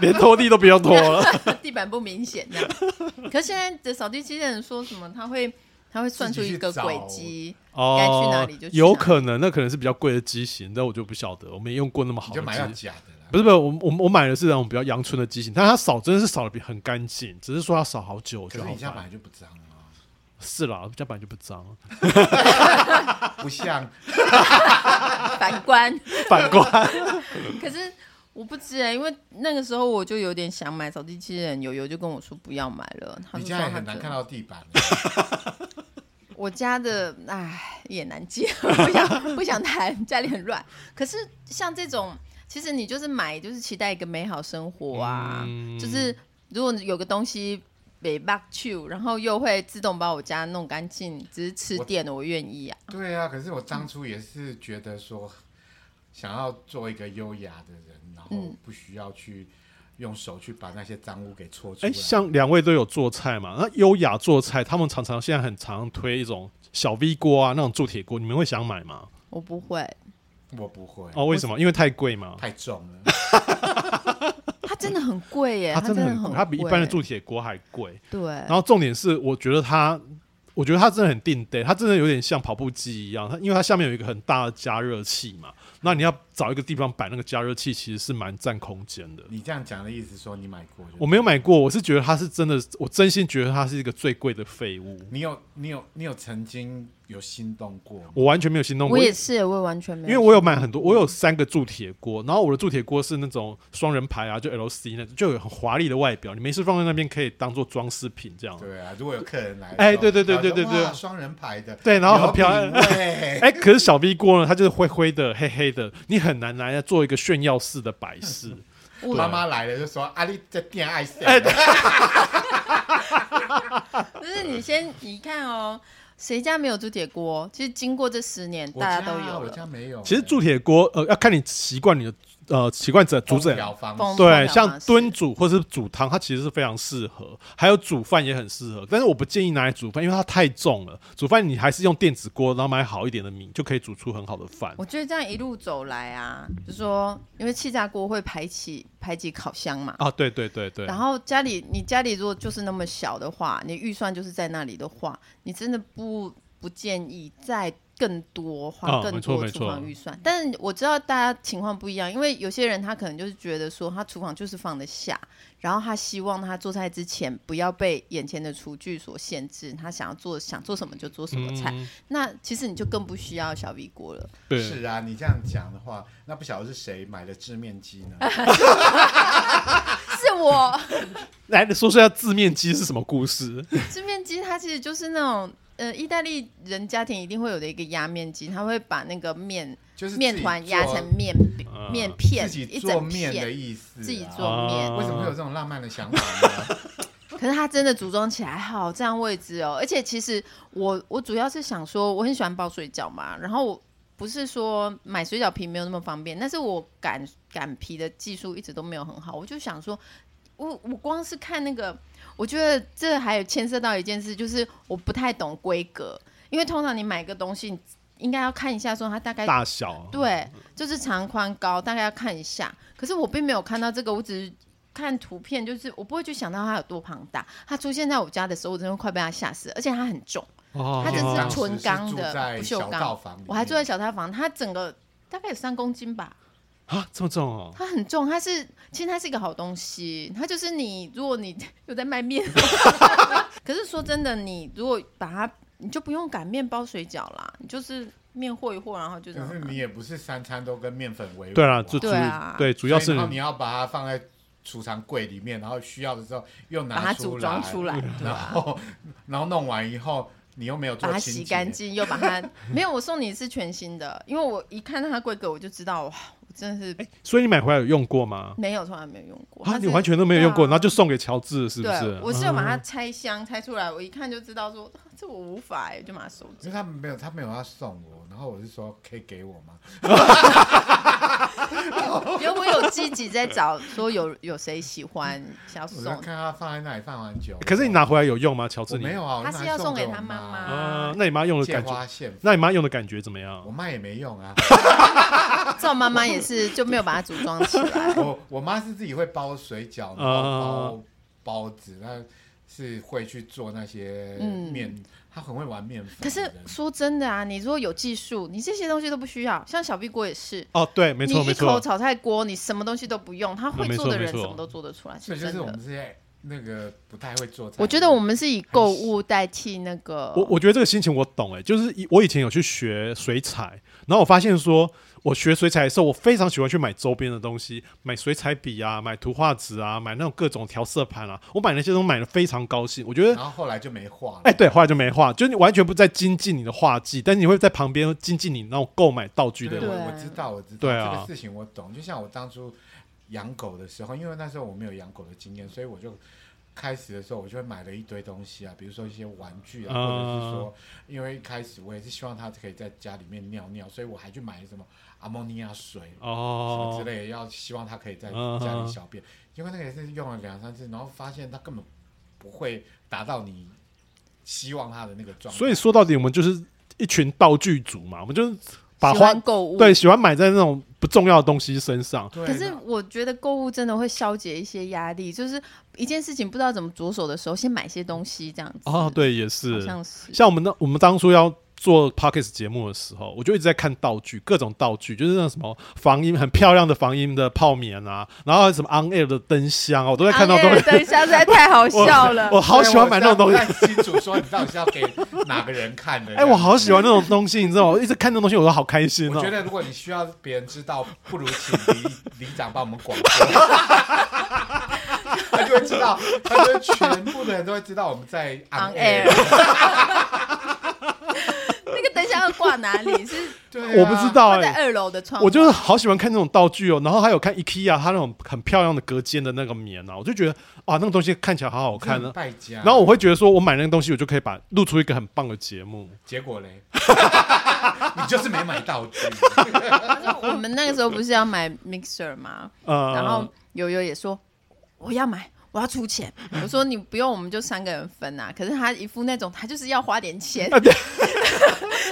[SPEAKER 2] 连拖地都不要拖了，
[SPEAKER 1] 地板不明显这样。可是现在的扫地机器人说什么？它会它会算出一个轨迹，
[SPEAKER 2] 哦，
[SPEAKER 1] 该去哪里就去
[SPEAKER 2] 有
[SPEAKER 1] 哪
[SPEAKER 2] 可能，那可能是比较贵的机型，但我就不晓得，我没用过那么好
[SPEAKER 3] 你
[SPEAKER 2] 的
[SPEAKER 3] 就买到
[SPEAKER 2] 机型。
[SPEAKER 3] 假的啦。
[SPEAKER 2] 不是不是，我我我买的是那种比较阳春的机型，但它扫真的是扫的比很干净，只是说它扫好久，我觉得
[SPEAKER 3] 可是
[SPEAKER 2] 好
[SPEAKER 3] 你家本
[SPEAKER 2] 烦。
[SPEAKER 3] 来就不脏啊，
[SPEAKER 2] 是啦，我们家本来就不脏。
[SPEAKER 3] 不像
[SPEAKER 1] 反观。
[SPEAKER 2] 反观，
[SPEAKER 1] 可是我不知哎、因为那个时候我就有点想买扫地机器人，友友就跟我说不要买了。他
[SPEAKER 3] 你
[SPEAKER 1] 就
[SPEAKER 3] 家
[SPEAKER 1] 说
[SPEAKER 3] 也
[SPEAKER 1] 他
[SPEAKER 3] 很难
[SPEAKER 1] 觉
[SPEAKER 3] 看
[SPEAKER 1] 得
[SPEAKER 3] 到地板，啊
[SPEAKER 1] 我家的唉也难接， 不想不想谈，家里很乱。可是像这种，其实你就是买，就是期待一个美好生活啊。
[SPEAKER 2] 嗯
[SPEAKER 1] 就是如果有个东西被 back to，然后又会自动把我家弄干净，只是吃
[SPEAKER 3] 我
[SPEAKER 1] 电我愿意啊。
[SPEAKER 3] 对啊，可是我当初也是觉得说，想要做一个优雅的人，然后
[SPEAKER 1] 嗯
[SPEAKER 3] 不需要去用手去把那些脏污给搓出
[SPEAKER 2] 哎、
[SPEAKER 3] 来。
[SPEAKER 2] 像两位都有做菜嘛？那优雅做菜，他们常常现在很常推一种小 V 锅啊，那种铸铁锅，你们会想买吗？
[SPEAKER 1] 我不会，
[SPEAKER 3] 我不会，
[SPEAKER 2] 哦，为什么？因为太贵嘛。
[SPEAKER 3] 太重了。
[SPEAKER 1] 它真的很贵耶，
[SPEAKER 2] 真
[SPEAKER 1] 啊的
[SPEAKER 2] 的
[SPEAKER 1] 很
[SPEAKER 2] 贵，
[SPEAKER 1] 贵，
[SPEAKER 2] 它比一般的铸铁锅还贵。
[SPEAKER 1] 对
[SPEAKER 2] 然后重点是，我觉得它，我觉得它真的很定 day，它真的有点像跑步机一样。它因为它下面有一个很大的加热器嘛，那你要找一个地方摆那个加热器，其实是蛮占空间的。
[SPEAKER 3] 你这样讲的意思说你买过就
[SPEAKER 2] 我没有买过，我是觉得它是真的，我真心觉得它是一个最贵的废物。
[SPEAKER 3] 你有你有你有曾经有心动过吗？
[SPEAKER 2] 我完全没有心动过，
[SPEAKER 1] 我也是，我也完全没
[SPEAKER 2] 因
[SPEAKER 1] 有，
[SPEAKER 2] 为我有买很多，我有三个铸铁锅，然后我的铸铁锅是那种双人牌啊，就 LC 那种，就有很华丽的外表，你没事放在那边可以当做装饰品这样。
[SPEAKER 3] 对啊，如果有客人来的时候，
[SPEAKER 2] 哎对对对对对
[SPEAKER 3] 然后
[SPEAKER 2] 对
[SPEAKER 3] 哇双人牌的，
[SPEAKER 2] 对然后很
[SPEAKER 3] 有
[SPEAKER 2] 漂亮
[SPEAKER 3] 品味
[SPEAKER 2] 哎、可是小 V 锅呢，它就是灰灰的、黑黑的，你很难拿来做一个炫耀式的摆饰。
[SPEAKER 1] 我
[SPEAKER 3] 妈妈来了就说：“阿丽在恋爱谁？”啊
[SPEAKER 2] 哎
[SPEAKER 1] 就是你先你看哦，谁家没有铸铁锅？其实经过这十年，
[SPEAKER 3] 我
[SPEAKER 1] 大家都
[SPEAKER 3] 啊
[SPEAKER 1] 有
[SPEAKER 3] 我
[SPEAKER 1] 了。
[SPEAKER 3] 家没有。
[SPEAKER 2] 其实铸铁锅，呃，要看你习惯你的呃习惯者
[SPEAKER 3] 竹
[SPEAKER 2] 煮者。
[SPEAKER 3] 疗方
[SPEAKER 1] 风烹
[SPEAKER 2] 对，
[SPEAKER 1] 调
[SPEAKER 2] 像
[SPEAKER 1] 方式
[SPEAKER 2] 炖煮或是煮汤，它其实是非常适合，还有煮饭也很适合。但是我不建议拿来煮饭，因为它太重了。煮饭你还是用电子锅，然后买好一点的米，就可以煮出很好的饭。
[SPEAKER 1] 我觉得这样一路走来啊，就说因为气炸锅会排挤排挤烤箱嘛，
[SPEAKER 2] 啊，对对对对。
[SPEAKER 1] 然后家里你家里如果就是那么小的话，你预算就是在那里的话，你真的不不建议再更多花
[SPEAKER 2] 啊
[SPEAKER 1] 更
[SPEAKER 2] 没错
[SPEAKER 1] 多
[SPEAKER 2] 没
[SPEAKER 1] 厨房
[SPEAKER 2] 错
[SPEAKER 1] 预算。但我知道大家情况不一样，因为有些人他可能就是觉得说他厨房就是放得下，然后他希望他做菜之前不要被眼前的厨具所限制，他想要做想做什么就做什么菜。
[SPEAKER 2] 嗯
[SPEAKER 1] 那其实你就更不需要小 V 锅了。
[SPEAKER 2] 对，
[SPEAKER 3] 是啊，你这样讲的话，那不晓得是谁买了制面机 呢？
[SPEAKER 1] 是我
[SPEAKER 2] 来说说一下字面机是什么故事？
[SPEAKER 1] 制面机，它其实就是那种。呃，意大利人家庭一定会有的一个压面机，他会把那个面
[SPEAKER 3] 就是
[SPEAKER 1] 面团压成面饼
[SPEAKER 2] 啊
[SPEAKER 1] 面片，
[SPEAKER 3] 呃自己
[SPEAKER 1] 一
[SPEAKER 3] 做
[SPEAKER 1] 整
[SPEAKER 3] 面的
[SPEAKER 1] 片，
[SPEAKER 3] 意思、啊。
[SPEAKER 1] 自己做面。
[SPEAKER 2] 啊
[SPEAKER 3] 为什么会有这种浪漫的想 法呢？
[SPEAKER 1] 可是它真的组装起来好占位置哦，而且其实我我主要是想说，我很喜欢包水饺嘛，然后我不是说买水饺皮没有那么方便，但是我擀擀皮的技术一直都没有很好，我就想说，我我光是看那个，我觉得这还有牵涉到一件事，就是我不太懂规格，因为通常你买个东西，你应该要看一下说它大概
[SPEAKER 2] 大小，
[SPEAKER 1] 对，就是长宽高，大概要看一下。可是我并没有看到这个，我只是看图片，就是我不会去想到它有多庞大。它出现在我家的时候，我真的快被它吓死了，而且它很重，
[SPEAKER 2] 哦
[SPEAKER 1] 它只
[SPEAKER 3] 当
[SPEAKER 1] 是
[SPEAKER 3] 时
[SPEAKER 1] 纯钢
[SPEAKER 3] 住
[SPEAKER 1] 的，
[SPEAKER 3] 在
[SPEAKER 1] 不
[SPEAKER 3] 小
[SPEAKER 1] 锈
[SPEAKER 3] 套
[SPEAKER 1] 钢。
[SPEAKER 3] 房里
[SPEAKER 1] 我还住在
[SPEAKER 3] 面
[SPEAKER 1] 小套房，它整个大概有三公斤吧，
[SPEAKER 2] 啊，这么重哦，
[SPEAKER 1] 它很重。它是其实它是一个好东西，它就是你如果你 有在卖面，哦可是说真的，你如果把它，你就不用擀面包水饺啦，你就是面和一和，然后就这
[SPEAKER 3] 可
[SPEAKER 1] 样
[SPEAKER 3] 是
[SPEAKER 1] 拿。
[SPEAKER 3] 你也不是三餐都跟面粉为伍、啊。
[SPEAKER 2] 对啦，主主
[SPEAKER 1] 对啊
[SPEAKER 2] 对主要
[SPEAKER 3] 所
[SPEAKER 2] 是
[SPEAKER 3] 以然后你要把它放在储藏柜里面，然后需要的时候又
[SPEAKER 1] 把它
[SPEAKER 3] 拿
[SPEAKER 1] 组
[SPEAKER 3] 来，
[SPEAKER 1] 装出来，对
[SPEAKER 3] 然
[SPEAKER 1] 吧？
[SPEAKER 3] 后然后弄完以后，你又没有做
[SPEAKER 1] 把它
[SPEAKER 3] 清
[SPEAKER 1] 洗
[SPEAKER 3] 洁
[SPEAKER 1] 干。净，又把 它没有。我送你是全新的，因为我一看到它规格，我就知道哇，我真的是
[SPEAKER 2] 所以你买回来有用过吗？
[SPEAKER 1] 没有，从来没有用过。它
[SPEAKER 2] 哎啊，
[SPEAKER 1] 是
[SPEAKER 2] 你完全都没有用过，
[SPEAKER 1] 对啊
[SPEAKER 2] 然后就送给乔治，是不是
[SPEAKER 1] 对，？我是有把它拆箱拆出来，我一看就知道说啊这我无法哎，就把它收
[SPEAKER 3] 因
[SPEAKER 1] 走。
[SPEAKER 3] 为他们没有，他没有要送我，然后我是说可以给我吗？
[SPEAKER 2] 哦
[SPEAKER 1] 因为我有积极在找说有有谁喜欢想要
[SPEAKER 3] 我就
[SPEAKER 1] 送，
[SPEAKER 3] 看他放在那里放完酒，
[SPEAKER 2] 可是你拿回来有用吗，乔治？
[SPEAKER 3] 我
[SPEAKER 2] 你
[SPEAKER 3] 没有啊，我
[SPEAKER 1] 他
[SPEAKER 3] 拿
[SPEAKER 1] 是
[SPEAKER 3] 来
[SPEAKER 1] 要送
[SPEAKER 3] 给
[SPEAKER 1] 给
[SPEAKER 3] 我
[SPEAKER 1] 他妈妈
[SPEAKER 2] 啊？那你妈用的
[SPEAKER 3] 借
[SPEAKER 2] 感觉，嗯
[SPEAKER 3] 花献佛，
[SPEAKER 2] 那你妈用的感觉怎么
[SPEAKER 3] 我
[SPEAKER 2] 样？
[SPEAKER 3] 妈也没用啊，
[SPEAKER 1] 赵妈妈也是就没有把它组装起 来。
[SPEAKER 3] 我我妈是自己会包水饺，
[SPEAKER 2] 嗯
[SPEAKER 3] 然后包包子，那是会去做那些
[SPEAKER 1] 嗯
[SPEAKER 3] 面，她很会玩面粉。
[SPEAKER 1] 可是说真的啊，你如果有技术，你这些东西都不需要。像小壁锅也是，
[SPEAKER 2] 哦，对，没错
[SPEAKER 1] 你
[SPEAKER 2] 没
[SPEAKER 1] 一口
[SPEAKER 2] 错，
[SPEAKER 1] 炒菜锅，你什么东西都不用，他会
[SPEAKER 2] 嗯没错
[SPEAKER 1] 做的人
[SPEAKER 2] 没错
[SPEAKER 1] 什么都做得出来。
[SPEAKER 3] 所以
[SPEAKER 1] 是
[SPEAKER 3] 就
[SPEAKER 1] 真
[SPEAKER 3] 是我
[SPEAKER 1] 的
[SPEAKER 3] 们这些那个不太会做菜。
[SPEAKER 1] 我觉得我们是以购物代替那个，
[SPEAKER 2] 我我觉得这个心情我懂哎、就是以我以前有去学水彩，然后我发现说，我学水彩的时候，我非常喜欢去买周边的东西，买水彩笔啊，买图画纸啊，买那种各种调色盘啊，我买那些都买的非常高兴。我觉得
[SPEAKER 3] 然后后来就没画了。
[SPEAKER 2] 哎，对，画就没画，就是你完全不在精进你的画技，但是你会在旁边精进你那种购买道具的
[SPEAKER 3] 对，
[SPEAKER 2] 人。
[SPEAKER 3] 我我
[SPEAKER 1] 对
[SPEAKER 3] 知道，我知道
[SPEAKER 2] 对啊
[SPEAKER 3] 这个事情我懂。就像我当初养狗的时候，因为那时候我没有养狗的经验，所以我就开始的时候我就会买了一堆东西啊，比如说一些玩具啊，
[SPEAKER 2] 嗯
[SPEAKER 3] 或者是说，因为一开始我也是希望它可以在家里面尿尿，所以我还去买什么阿莫尼亚水。什么
[SPEAKER 2] 哦
[SPEAKER 3] 之，类的，要希望它可以在
[SPEAKER 2] 嗯
[SPEAKER 3] 家里小便，结果那个也是用了两三次，然后发现它根本不会达到你希望它的那个状态。
[SPEAKER 2] 所以说到底，我们就是一群道具组嘛，我们就是把
[SPEAKER 1] 喜
[SPEAKER 2] 花
[SPEAKER 1] 欢购物。
[SPEAKER 2] 对喜欢买在那种不重要的东西身上。
[SPEAKER 3] 对，
[SPEAKER 1] 可是
[SPEAKER 3] 那
[SPEAKER 1] 我觉得购物真的会消解一些压力，就是一件事情不知道怎么着手的时候，先买些东西这样子。
[SPEAKER 2] 哦，，对，也
[SPEAKER 1] 好
[SPEAKER 2] 是。
[SPEAKER 1] 像是。
[SPEAKER 2] 像我们那我们当初要做 p o c k e t 节目的时候，我就一直在看道具，各种道具，就是那种什么防音很漂亮的防音的泡棉啊，然后什么 on air 的灯箱啊，我都在看到东西，
[SPEAKER 1] 等一下，实在太好笑了。
[SPEAKER 2] 我好喜欢买那种东西
[SPEAKER 3] 对。我现在不太清楚说你到底是要给哪个人 看的。
[SPEAKER 2] 哎、我好喜欢那种东西，你知道吗？我一直看那种东西，我都好开心
[SPEAKER 3] 我
[SPEAKER 2] 哦、
[SPEAKER 3] 觉得如果你需要别人知道，不如请李李 长帮我们广播，他就会知道，他就会全部的人都会知道我们在
[SPEAKER 1] on
[SPEAKER 3] on
[SPEAKER 1] air
[SPEAKER 3] air。。
[SPEAKER 1] 那个灯箱要挂哪里？ 是
[SPEAKER 3] 对、啊，
[SPEAKER 2] 我不知。道
[SPEAKER 1] 挂
[SPEAKER 2] 哎、
[SPEAKER 1] 在二楼的窗户。
[SPEAKER 2] 我就是好喜欢看那种道具哦、然后还有看 IKEA 它那种很漂亮的隔间的那个棉啊，我就觉得啊，那个东西看起来好好看呢、
[SPEAKER 3] 败家，
[SPEAKER 2] 然后我会觉得说，我买那个东西，我就可以把录出一个很棒的节目。
[SPEAKER 3] 结果嘞， 你就是没买道 具。
[SPEAKER 1] 我们那个时候不是要买 mixer 吗？
[SPEAKER 2] 呃，
[SPEAKER 1] 然后友友也说我要买，我要出钱。我说你不用，我们就三个人分啊。可是他一副那种他就是要花点钱，
[SPEAKER 2] 啊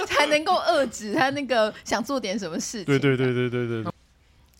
[SPEAKER 1] 才能够遏制他那个想做点什么事情。
[SPEAKER 2] 对对对对对对对，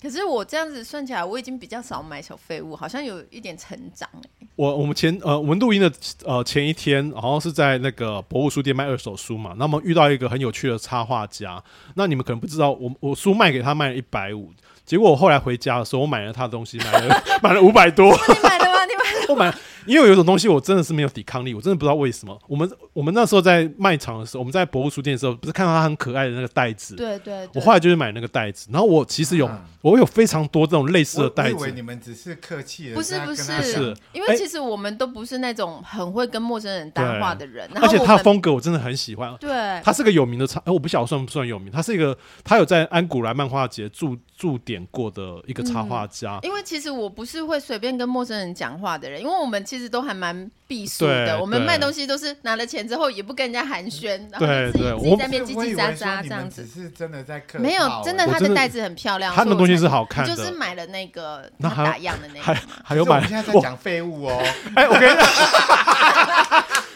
[SPEAKER 1] 可是我这样子算起来，我已经比较少买小废物，好像有一点成长哎、
[SPEAKER 2] 我我们前呃我们录音的呃前一天，好像是在那个博物书店卖二手书嘛，那么遇到一个很有趣的插画家，那你们可能不知道，我我书卖给他卖了一百五，结果我后来回家的时候，我买了他的东西，买了买了五百 多，
[SPEAKER 1] 你买了吗？你买了吗？
[SPEAKER 2] 我买了，因为有一种东西我真的是没有抵抗力，我真的不知道为什么。我们我们那时候在卖场的时候，我们在博物书店的时候，不是看到他很可爱的那个袋子，
[SPEAKER 1] 对对
[SPEAKER 2] 我
[SPEAKER 1] 对，
[SPEAKER 2] 后来就是买那个袋子，然后我其实有、
[SPEAKER 3] 啊
[SPEAKER 2] 我有非常多这种类似
[SPEAKER 3] 我
[SPEAKER 2] 的
[SPEAKER 3] 我
[SPEAKER 2] 袋
[SPEAKER 3] 以
[SPEAKER 2] 子，
[SPEAKER 3] 为你们只是客气的，
[SPEAKER 1] 不是不
[SPEAKER 3] 跟他
[SPEAKER 2] 是
[SPEAKER 3] 讲
[SPEAKER 1] 是，因
[SPEAKER 2] 哎
[SPEAKER 1] 为其实我们都不是那种很会跟陌生人搭话的人，然后
[SPEAKER 2] 而且
[SPEAKER 1] 我
[SPEAKER 2] 他
[SPEAKER 1] 们
[SPEAKER 2] 的风格我真的很喜欢。
[SPEAKER 1] 对
[SPEAKER 2] 他是个有名的插，哎，我不晓得算不算有名。他是一个，他有在安古兰漫画节驻驻点过的一个插画家。
[SPEAKER 1] 因为其实我不是会随便跟陌生人讲话的人，因为我们其实都还蛮避俗
[SPEAKER 2] 对
[SPEAKER 1] 的。我们
[SPEAKER 2] 对
[SPEAKER 1] 卖东西都是拿了钱之后也不跟人家寒暄，然后
[SPEAKER 2] 对
[SPEAKER 1] 就自己
[SPEAKER 2] 对
[SPEAKER 1] 自己
[SPEAKER 2] 我
[SPEAKER 1] 在那边
[SPEAKER 3] 是
[SPEAKER 1] 叽
[SPEAKER 3] 我以
[SPEAKER 1] 叽
[SPEAKER 3] 为
[SPEAKER 1] 喳
[SPEAKER 3] 说
[SPEAKER 1] 喳这
[SPEAKER 3] 你们
[SPEAKER 1] 样
[SPEAKER 3] 只
[SPEAKER 1] 子。
[SPEAKER 3] 是真的在客套
[SPEAKER 1] 没有，真的，
[SPEAKER 2] 我
[SPEAKER 1] 他
[SPEAKER 2] 真的
[SPEAKER 1] 的袋子很漂亮，
[SPEAKER 2] 他的
[SPEAKER 1] 所以我
[SPEAKER 2] 东西
[SPEAKER 1] 才
[SPEAKER 2] 是好看
[SPEAKER 1] 你
[SPEAKER 2] 的，
[SPEAKER 1] 就是买了那个
[SPEAKER 2] 那
[SPEAKER 1] 他
[SPEAKER 2] 还
[SPEAKER 1] 打样的那
[SPEAKER 2] 还
[SPEAKER 3] 哎
[SPEAKER 1] 个嘛。
[SPEAKER 2] 还有
[SPEAKER 3] 可是我
[SPEAKER 2] 买
[SPEAKER 3] 们现在在
[SPEAKER 2] 我
[SPEAKER 3] 讲废物哦，
[SPEAKER 2] 哎，我跟你讲，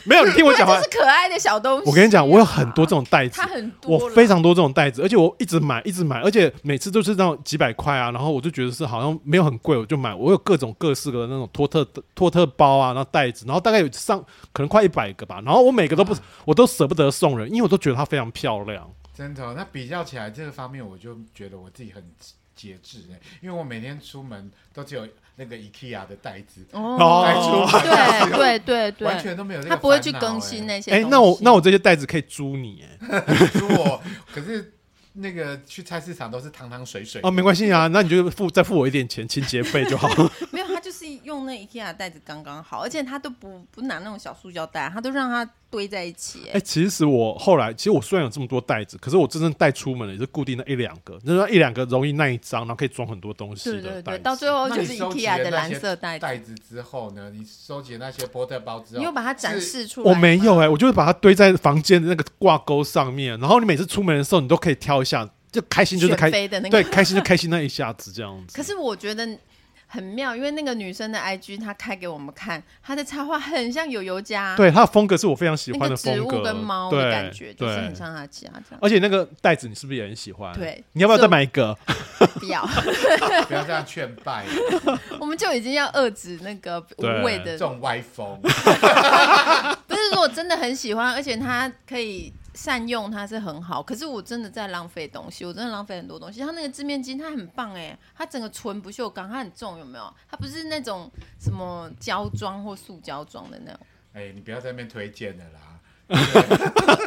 [SPEAKER 2] 没有，你 听我讲
[SPEAKER 1] 它
[SPEAKER 2] 完
[SPEAKER 1] 就。哎是可爱的小东西啊、啊
[SPEAKER 2] 我跟你讲，我有很多这种袋子
[SPEAKER 1] 它，很多
[SPEAKER 2] 我
[SPEAKER 1] 了，
[SPEAKER 2] 非常多这种袋子，而且我一直买，一直买，而且每次都是那种几百块啊，然后我就觉得是好像没有很贵，我就买。我有各种各式的那种托特托特包啊，然后袋子，然后大概有上可能快一百个吧，然后我每个都
[SPEAKER 1] 啊
[SPEAKER 2] 不，我都舍不得送人，因为我都觉得它非常漂亮。
[SPEAKER 3] 真的哦、那比较起来，这个方面我就觉得我自己很节制哎，因为我每天出门都只有那个 IKEA 的袋子，
[SPEAKER 2] 哦
[SPEAKER 1] 哦，
[SPEAKER 3] 来出门
[SPEAKER 1] 对对对
[SPEAKER 3] 完
[SPEAKER 1] 对，
[SPEAKER 3] 全都没有这个
[SPEAKER 1] 他不会去
[SPEAKER 3] 烦恼欸
[SPEAKER 1] 更新那些东
[SPEAKER 2] 哎、
[SPEAKER 1] 西。
[SPEAKER 2] 那我那我这些袋子可以租你哎、
[SPEAKER 3] 哎可是我，可是那个去菜市场都是汤汤水水
[SPEAKER 2] 哦，没关系啊，那你就付再付我一点钱清 洁费 就好。
[SPEAKER 1] 没有，他就是用那 IKEA 的袋子刚刚好，而且他都不不拿那种小塑胶袋，他都让它堆在一起。
[SPEAKER 2] 哎、其实我后来，其实我虽然有这么多袋子，可是我真正带出门的也是固定的一两个，就是那一两个容易那一张，然后可以装很多东西
[SPEAKER 1] 对
[SPEAKER 2] 的
[SPEAKER 1] 对
[SPEAKER 2] 袋
[SPEAKER 1] 对，
[SPEAKER 2] 子
[SPEAKER 1] 到最后哦
[SPEAKER 3] 那
[SPEAKER 1] 就
[SPEAKER 3] 你
[SPEAKER 1] 是
[SPEAKER 3] 收集
[SPEAKER 1] IKEA
[SPEAKER 3] 了
[SPEAKER 1] 的
[SPEAKER 3] 那
[SPEAKER 1] 蓝
[SPEAKER 3] 些
[SPEAKER 1] 色袋子，
[SPEAKER 3] 袋哦子之后呢，你收集那些波特包之后，
[SPEAKER 1] 你有把它展示出来
[SPEAKER 2] 我
[SPEAKER 1] 吗？
[SPEAKER 2] 没有哎、我就是把它堆在房间的那个挂钩上面，然后你每次出门的时候，你都可以挑一下，就开心就是开
[SPEAKER 1] 选，妃的那个
[SPEAKER 2] 对，开心就开心那一下子这样子。
[SPEAKER 1] 可是我觉得很妙，因为那个女生的 IG 她开给我们看，她的插画很像友友家，
[SPEAKER 2] 对它的风格是我非常喜
[SPEAKER 1] 那
[SPEAKER 2] 欢
[SPEAKER 1] 个
[SPEAKER 2] 的
[SPEAKER 1] 植
[SPEAKER 2] 风
[SPEAKER 1] 物
[SPEAKER 2] 格，
[SPEAKER 1] 跟猫
[SPEAKER 2] 对
[SPEAKER 1] 的感觉，就是很
[SPEAKER 2] 对
[SPEAKER 1] 像她家这样。
[SPEAKER 2] 而且那个袋子你是不是也很喜欢？
[SPEAKER 1] 对
[SPEAKER 2] 你要不要再买一个？
[SPEAKER 1] 不要，
[SPEAKER 3] 不要这样劝败，
[SPEAKER 1] 我们就已经要遏制那个无
[SPEAKER 2] 对
[SPEAKER 1] 谓的
[SPEAKER 3] 这种歪风。
[SPEAKER 1] 不是，如果真的很喜欢，而且他可以善用它是很好，可是我真的在浪费东西，我真的浪费很多东西。它那个制面巾它很棒哎、它整个纯不锈钢，它很重有没有？它不是那种什么胶装或塑胶装的那种。
[SPEAKER 3] 哎，你不要在那边推荐的啦。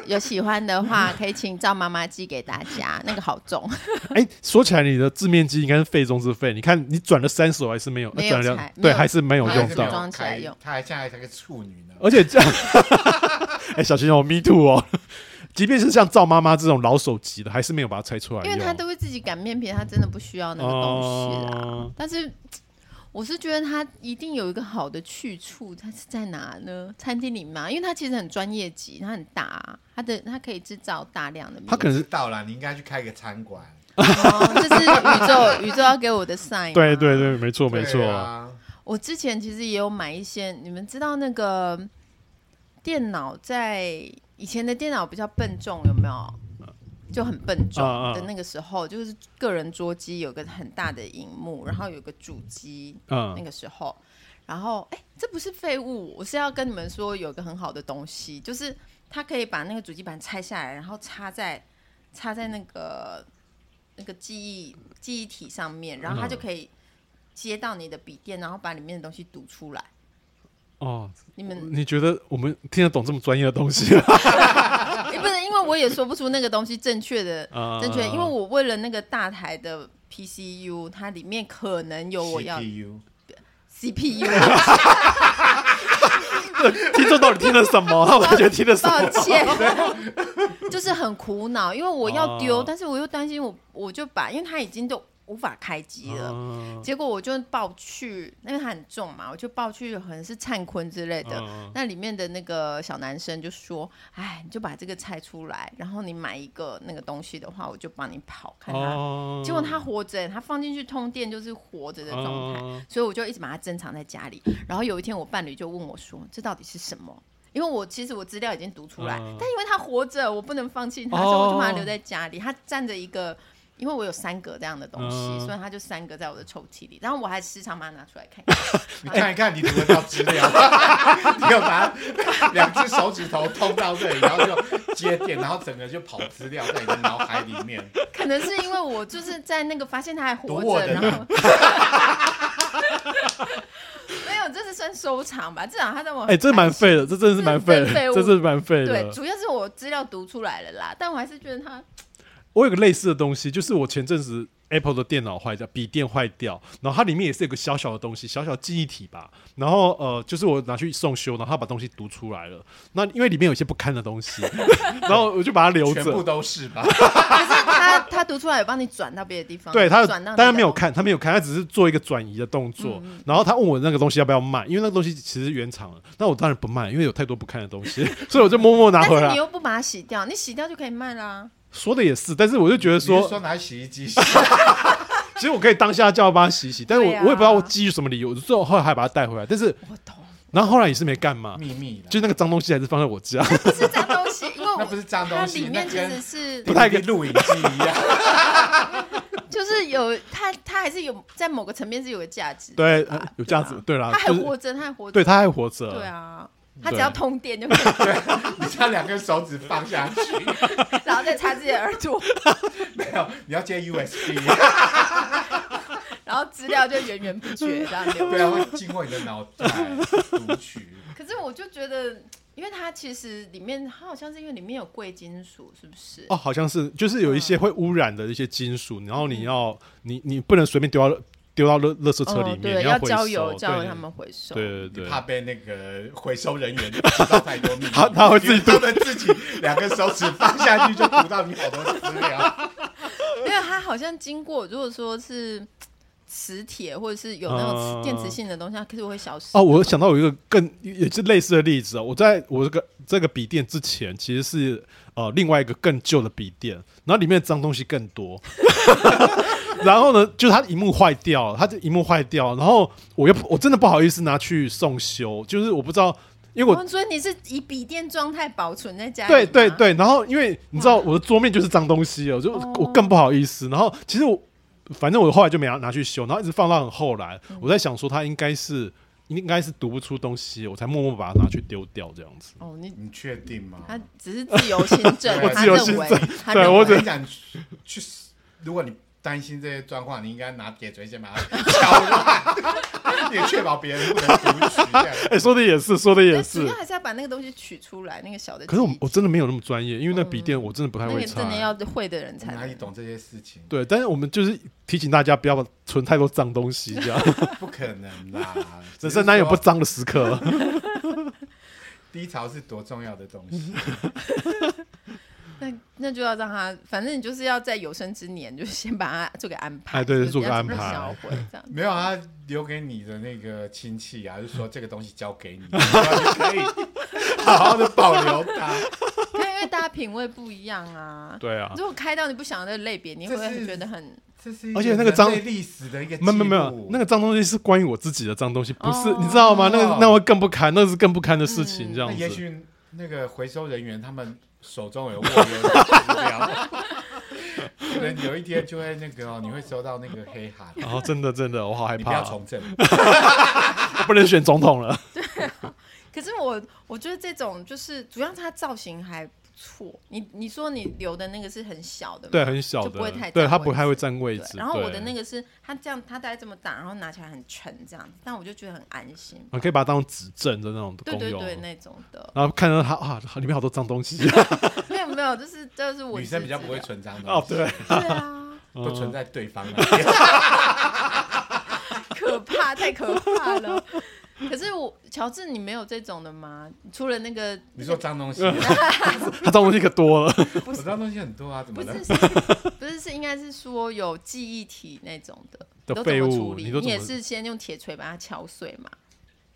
[SPEAKER 1] 有喜欢的话，可以请赵妈妈寄给大家，那个好重，
[SPEAKER 2] 哎、说起来，你的字面机应该是费中之费。你看，你转了三十，我还是没有，呃
[SPEAKER 1] 没有
[SPEAKER 2] 转了
[SPEAKER 1] 才
[SPEAKER 2] 两，
[SPEAKER 1] 没
[SPEAKER 2] 对，
[SPEAKER 1] 有
[SPEAKER 2] 还是没有
[SPEAKER 1] 没有
[SPEAKER 2] 用
[SPEAKER 1] 才
[SPEAKER 2] 到。呃
[SPEAKER 1] 装起来用
[SPEAKER 3] 他还现在还是个处女呢。
[SPEAKER 2] 而且这样，哎、小心哦，me too 哦。即便是像赵妈妈这种老手机的，还是没有把它拆出来
[SPEAKER 1] 因
[SPEAKER 2] 用。
[SPEAKER 1] 为它都会自己擀面皮，它真的不需要那个东西啦。
[SPEAKER 2] 哦
[SPEAKER 1] 但是我是觉得它一定有一个好的去处，它是在哪呢？餐厅里吗？因为它其实很专业级，它很大、啊，它的它可以制造大量的面。
[SPEAKER 2] 它可
[SPEAKER 3] 我
[SPEAKER 2] 能
[SPEAKER 3] 知
[SPEAKER 2] 是
[SPEAKER 3] 道了，你应该去开个餐馆。
[SPEAKER 1] 哦，这 是宇宙宇宙要给我的 sign。啊
[SPEAKER 2] 对对，对，没错没错
[SPEAKER 3] 对。啊，
[SPEAKER 1] 我之前其实也有买一些，你们知道那个电脑在以前的电脑比较笨重，有没有？就很笨重
[SPEAKER 2] 啊啊
[SPEAKER 1] 的那个时候，就是个人桌机有个很大的荧幕，然后有个主机，那
[SPEAKER 2] 嗯，
[SPEAKER 1] 个时候，然后哎、这不是废物，我是要跟你们说有一个很好的东西，就是它可以把那个主机板拆下来，然后插在插在那个那个记忆记忆体上面，然后它就可以接到你的笔电，然后把里面的东西读出来。
[SPEAKER 2] 哦，
[SPEAKER 1] 你们
[SPEAKER 2] 你觉得我们听得懂这么专业的 东西吗？
[SPEAKER 1] 也不能，因为我也说不出那个东西正确的
[SPEAKER 2] 啊
[SPEAKER 1] 正确，因为我为了那个大台的 PCU，它里面可能有我要
[SPEAKER 3] CPU
[SPEAKER 1] CPU。
[SPEAKER 2] 听众到底听了 什么？他们觉得听了什
[SPEAKER 1] 抱
[SPEAKER 2] 么？
[SPEAKER 1] 歉， 就是很苦恼，因为我要丢，
[SPEAKER 2] 哦
[SPEAKER 1] 但是我又担心我我就把，因为它已经都无法开机了。
[SPEAKER 2] 嗯
[SPEAKER 1] 结果我就抱去，因为它很重嘛，我就抱去，可能是灿坤之类的。
[SPEAKER 2] 嗯
[SPEAKER 1] 那里面的那个小男生就说：“哎，你就把这个拆出来，然后你买一个那个东西的话，我就帮你跑，看他。
[SPEAKER 2] 哦
[SPEAKER 1] 结果他活着，他放进去通电就是活着的状态，
[SPEAKER 2] 哦
[SPEAKER 1] 所以我就一直把它珍藏在家里。然后有一天，我伴侣就问我说：“这到底是什么？”因为我其实我资料已经读出来，
[SPEAKER 2] 嗯
[SPEAKER 1] 但因为他活着，我不能放弃他，
[SPEAKER 2] 哦
[SPEAKER 1] 所以我就把它留在家里。他占着一个，因为我有三格这样的东西，
[SPEAKER 2] 嗯
[SPEAKER 1] 所以他就三格在我的抽屉里。然后我还时常把它拿出来看。
[SPEAKER 3] 你看一看，你读得到 资料，你有把它两只手指头通到这里，然后就接电，然后整个就跑资料在你的脑海里面。
[SPEAKER 1] 可能是因为我就是在那个发现他还活
[SPEAKER 3] 读我
[SPEAKER 1] 着，
[SPEAKER 3] 的
[SPEAKER 1] 然 后没有，这是算收藏吧？至少他在我
[SPEAKER 2] 哎，这蛮废的，这真的是蛮废
[SPEAKER 1] 这是废
[SPEAKER 2] 的，
[SPEAKER 1] 物
[SPEAKER 2] 这真是蛮废
[SPEAKER 1] 对，
[SPEAKER 2] 的。
[SPEAKER 1] 主要是我资料读出来了啦，但我还是觉得他
[SPEAKER 2] 我有个类似的东西，就是我前阵子 Apple 的电脑坏掉，笔电坏掉，然后它里面也是有个小小的东西，小小记忆体吧。然后呃，就是我拿去送修，然后他把东西读出来了。那因为里面有一些不堪的东 西，然后我就把它留
[SPEAKER 3] 全部
[SPEAKER 2] 着。
[SPEAKER 3] 都是吧？
[SPEAKER 1] 可是他他读出来有帮你转到别的地方，
[SPEAKER 2] 对他，
[SPEAKER 1] 转到你的嗯
[SPEAKER 2] 当然没有看，他没有看，他只是做一个转移的动作。然后他问我那个东西要不要卖，因为那个东西其实原厂了，那我当然不卖，因为有太多不堪的东西， 所以我就默默拿
[SPEAKER 1] 但
[SPEAKER 2] 回
[SPEAKER 1] 是你
[SPEAKER 2] 来。
[SPEAKER 1] 又不把它洗掉，你洗掉就可以卖啦。
[SPEAKER 2] 说的也是，但是我就觉得
[SPEAKER 3] 你是
[SPEAKER 2] 说，
[SPEAKER 3] 说拿洗衣机洗？
[SPEAKER 2] 其实我可以当下叫他帮他洗洗，但是我、
[SPEAKER 1] 对啊
[SPEAKER 2] 我也不知道我基于什么理由，我最后后来还把它带回来，但是
[SPEAKER 1] 我懂，
[SPEAKER 2] 然后后来也是没干嘛，
[SPEAKER 3] 秘密了，
[SPEAKER 2] 就那个脏东西还是放在 我家，
[SPEAKER 1] 不是脏东西，因为
[SPEAKER 3] 那
[SPEAKER 1] 我
[SPEAKER 3] 不是脏
[SPEAKER 1] 它
[SPEAKER 3] 东西，
[SPEAKER 1] 里面
[SPEAKER 3] 那
[SPEAKER 1] 其
[SPEAKER 3] 跟
[SPEAKER 1] 实是
[SPEAKER 2] 不太
[SPEAKER 3] DVD 录影机一样。
[SPEAKER 1] 就是有它它还是有在某个层面是有个价值的
[SPEAKER 2] 对，
[SPEAKER 1] 吧，
[SPEAKER 2] 呃有价值，对啦
[SPEAKER 1] 它，还
[SPEAKER 2] 就是
[SPEAKER 1] 活着，它还活着，
[SPEAKER 2] 对，它还活着，
[SPEAKER 1] 对啊，它只要通电就可以，
[SPEAKER 3] 你这样两根手指放下去，
[SPEAKER 1] 然后再插自己的耳 朵，
[SPEAKER 3] 没有，你要接 USB，
[SPEAKER 1] 然后资料就源源不绝这样流。
[SPEAKER 3] 对啊，会经过你的脑袋读取。
[SPEAKER 1] 可是我就觉得，因为它其实里面它好像是因为里面有贵金属，是不是？
[SPEAKER 2] 哦，好像是，就是有一些会污染的一些金属，然后你要你你不能随便丢到丢到垃垃圾车里
[SPEAKER 1] 嗯
[SPEAKER 2] 面，
[SPEAKER 1] 对，
[SPEAKER 2] 你
[SPEAKER 1] 要
[SPEAKER 2] 回
[SPEAKER 1] 交
[SPEAKER 2] 收，
[SPEAKER 1] 由交由
[SPEAKER 2] 对
[SPEAKER 1] 他，们回收。
[SPEAKER 2] 对对
[SPEAKER 3] 你
[SPEAKER 2] 对，
[SPEAKER 3] 怕被那个回收人员知道太多秘密，
[SPEAKER 2] 他他会自己
[SPEAKER 3] 因为他们自己两个手指放下去就读到你好多资 料。
[SPEAKER 1] 因为它好像经过，如果说是磁铁或者是有那种
[SPEAKER 2] 嗯
[SPEAKER 1] 磁电磁性的东西，它可是会消失。
[SPEAKER 2] 哦，我想到有一个更也是类似的例子啊、我在我这个这个笔电之前，其实是呃另外一个更旧的笔电，然后里面的脏东西更多。 然后呢，就是它的荧幕坏掉了，它的荧幕坏掉，然后我又不我真的不好意思拿去送修，就是我不知道，因为我
[SPEAKER 1] 哦，所以你是以笔电状态保存在家里
[SPEAKER 2] 对
[SPEAKER 1] 吗？嗯
[SPEAKER 2] 对对，然后因为你知道我的桌面就是脏东西哦，就
[SPEAKER 1] 哦
[SPEAKER 2] 我更不好意思。然后
[SPEAKER 1] 嗯
[SPEAKER 2] 其实我反正我后来就没拿拿去修，然后一直放到很后来。我在想说它应该是应该是读不出东西，我才默默把它拿去丢掉这样子。
[SPEAKER 1] 哦，你
[SPEAKER 3] 你确定吗？，
[SPEAKER 1] 他只是自由新政
[SPEAKER 3] 我
[SPEAKER 1] 他
[SPEAKER 3] 自由
[SPEAKER 1] 认
[SPEAKER 2] 新
[SPEAKER 1] 为
[SPEAKER 2] 政，
[SPEAKER 1] 他
[SPEAKER 2] 对
[SPEAKER 1] 认
[SPEAKER 2] 我
[SPEAKER 3] 我
[SPEAKER 2] 只
[SPEAKER 3] 跟
[SPEAKER 1] 为
[SPEAKER 3] 你讲，去去如果你担心这些状况，你应该拿铁锤先把它 敲烂，也确保别人不能读取这样。
[SPEAKER 2] 哎、说的也是，说的也
[SPEAKER 1] 但
[SPEAKER 2] 是
[SPEAKER 1] 主要。还是要把那个东西取出来，那个小的记忆。
[SPEAKER 2] 可是我我真的没有那么专业，因为那笔电我真的不太
[SPEAKER 1] 嗯那
[SPEAKER 2] 会
[SPEAKER 1] 个
[SPEAKER 2] 擦、
[SPEAKER 1] 真的要会的人才
[SPEAKER 3] 哪里
[SPEAKER 1] 能。
[SPEAKER 3] 懂这些事情？
[SPEAKER 2] 对，但是我们就是提醒大家不要存太多脏东西，这样
[SPEAKER 3] 不可能啦！
[SPEAKER 2] 人生哪有不
[SPEAKER 3] 只是说
[SPEAKER 2] 脏的时 刻？
[SPEAKER 3] 低潮是多重要的东西？
[SPEAKER 1] 那那就要让他，反正你就是要在有生之年，就先把它做个安排。
[SPEAKER 2] 哎对
[SPEAKER 1] 就是
[SPEAKER 2] 做个
[SPEAKER 1] 你要怎么
[SPEAKER 2] 安排
[SPEAKER 1] 销毁这样。
[SPEAKER 3] 没有啊，留给你的那个亲戚啊，就说这个东西交给你， 你可以好好的保留它。
[SPEAKER 1] 可以因为大家品味不一样啊。
[SPEAKER 2] 对啊，
[SPEAKER 1] 如果开到你不想要的类别，你会不
[SPEAKER 3] 这
[SPEAKER 1] 会
[SPEAKER 3] 是
[SPEAKER 1] 觉得很？
[SPEAKER 3] 这是一
[SPEAKER 2] 而且那个张
[SPEAKER 3] 人类历史
[SPEAKER 1] 哎
[SPEAKER 3] 的一个
[SPEAKER 2] 没有没有没
[SPEAKER 3] 记
[SPEAKER 2] 有
[SPEAKER 3] 录，
[SPEAKER 2] 那个脏东西是关于我自己的脏东西，不是、
[SPEAKER 1] 哦
[SPEAKER 2] 你知道吗？那个那会更不堪，那是更不堪的事情，
[SPEAKER 1] 嗯
[SPEAKER 2] 这样
[SPEAKER 3] 那也
[SPEAKER 2] 子。
[SPEAKER 3] 许那个回收人员他们手中有握有资 料，可能有一天就会那个哦，你会收到那个黑函，
[SPEAKER 2] 然后、哦真的真的，我好害
[SPEAKER 3] 你不
[SPEAKER 2] 怕啊、
[SPEAKER 3] 要从 政，
[SPEAKER 2] 我不能选总统了。
[SPEAKER 1] 可是我我觉得这种就是，主要是它造型还不错。你你说你留的那个是很小的嘛，
[SPEAKER 2] 对，很小
[SPEAKER 1] 就不会太
[SPEAKER 2] 的，
[SPEAKER 1] 占
[SPEAKER 2] 对，它
[SPEAKER 1] 位
[SPEAKER 2] 不太
[SPEAKER 1] 置
[SPEAKER 2] 会占位
[SPEAKER 1] 对
[SPEAKER 2] 置。
[SPEAKER 1] 然后我
[SPEAKER 2] 对
[SPEAKER 1] 的那个是它这样，它大概这么大，然后拿起来很沉这样子，但我就觉得很安心。
[SPEAKER 2] 啊，可以把它当指正的那种
[SPEAKER 1] 对
[SPEAKER 2] 功
[SPEAKER 1] 对
[SPEAKER 2] 用。
[SPEAKER 1] 对，那种的
[SPEAKER 2] 然后看到它啊，里面好多脏东西
[SPEAKER 1] 没有没有，就是就是我
[SPEAKER 3] 女生比较不会存脏
[SPEAKER 2] 哦
[SPEAKER 3] 东，西，
[SPEAKER 2] 对，
[SPEAKER 1] 对啊，
[SPEAKER 3] 都存
[SPEAKER 2] 在。
[SPEAKER 3] 在对方那边。
[SPEAKER 1] 可怕，太可怕了。 可是我乔治，你没有这种的吗？除了那个，
[SPEAKER 3] 你说脏 东西，
[SPEAKER 2] 它脏东西可多了，
[SPEAKER 3] 我脏东西很多啊，怎么
[SPEAKER 1] 不
[SPEAKER 3] 了
[SPEAKER 1] 是？是，不是 是应该是说有记忆体那种的，
[SPEAKER 2] 的
[SPEAKER 1] 都怎
[SPEAKER 2] 废
[SPEAKER 1] 么
[SPEAKER 2] 物
[SPEAKER 1] 处理？
[SPEAKER 2] 你都
[SPEAKER 1] 你也
[SPEAKER 2] 怎么
[SPEAKER 1] 是先用铁锤把它敲碎嘛？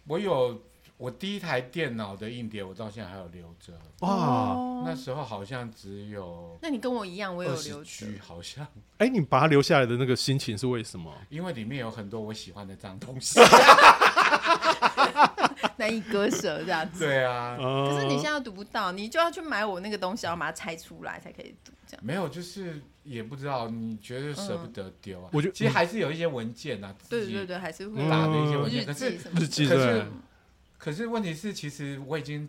[SPEAKER 3] 我有我第一台电脑的硬碟，我到现在还有留着。
[SPEAKER 2] 哇！
[SPEAKER 1] 哦
[SPEAKER 3] 那时候好像只有
[SPEAKER 1] 那你跟我一样，我有
[SPEAKER 3] 二
[SPEAKER 1] 留
[SPEAKER 3] 十
[SPEAKER 1] 着。
[SPEAKER 3] G，好像
[SPEAKER 2] 哎，你把它留下来的那个心情是为什么？
[SPEAKER 3] 因为里面有很多我喜欢的脏东 西。
[SPEAKER 1] 难以割舍这样 子。
[SPEAKER 3] 对啊，
[SPEAKER 1] 可
[SPEAKER 2] 可
[SPEAKER 1] 是你现在读不到，你就要去买我那个东西，然后把它拆出来才可以读。这样
[SPEAKER 3] 没有，就是也不知道，你觉得舍不得丢啊？
[SPEAKER 2] 我觉得
[SPEAKER 3] 其实还是有一些文件啊，
[SPEAKER 1] 对
[SPEAKER 3] 自己
[SPEAKER 1] 对对，还是会
[SPEAKER 3] 打的一些
[SPEAKER 2] 嗯
[SPEAKER 3] 文
[SPEAKER 1] 日
[SPEAKER 3] 件，可
[SPEAKER 1] 记
[SPEAKER 3] 是
[SPEAKER 1] 什么
[SPEAKER 2] 日
[SPEAKER 1] 的。
[SPEAKER 2] 记
[SPEAKER 3] 可
[SPEAKER 2] 对
[SPEAKER 3] 是，可是问题是，其实我已经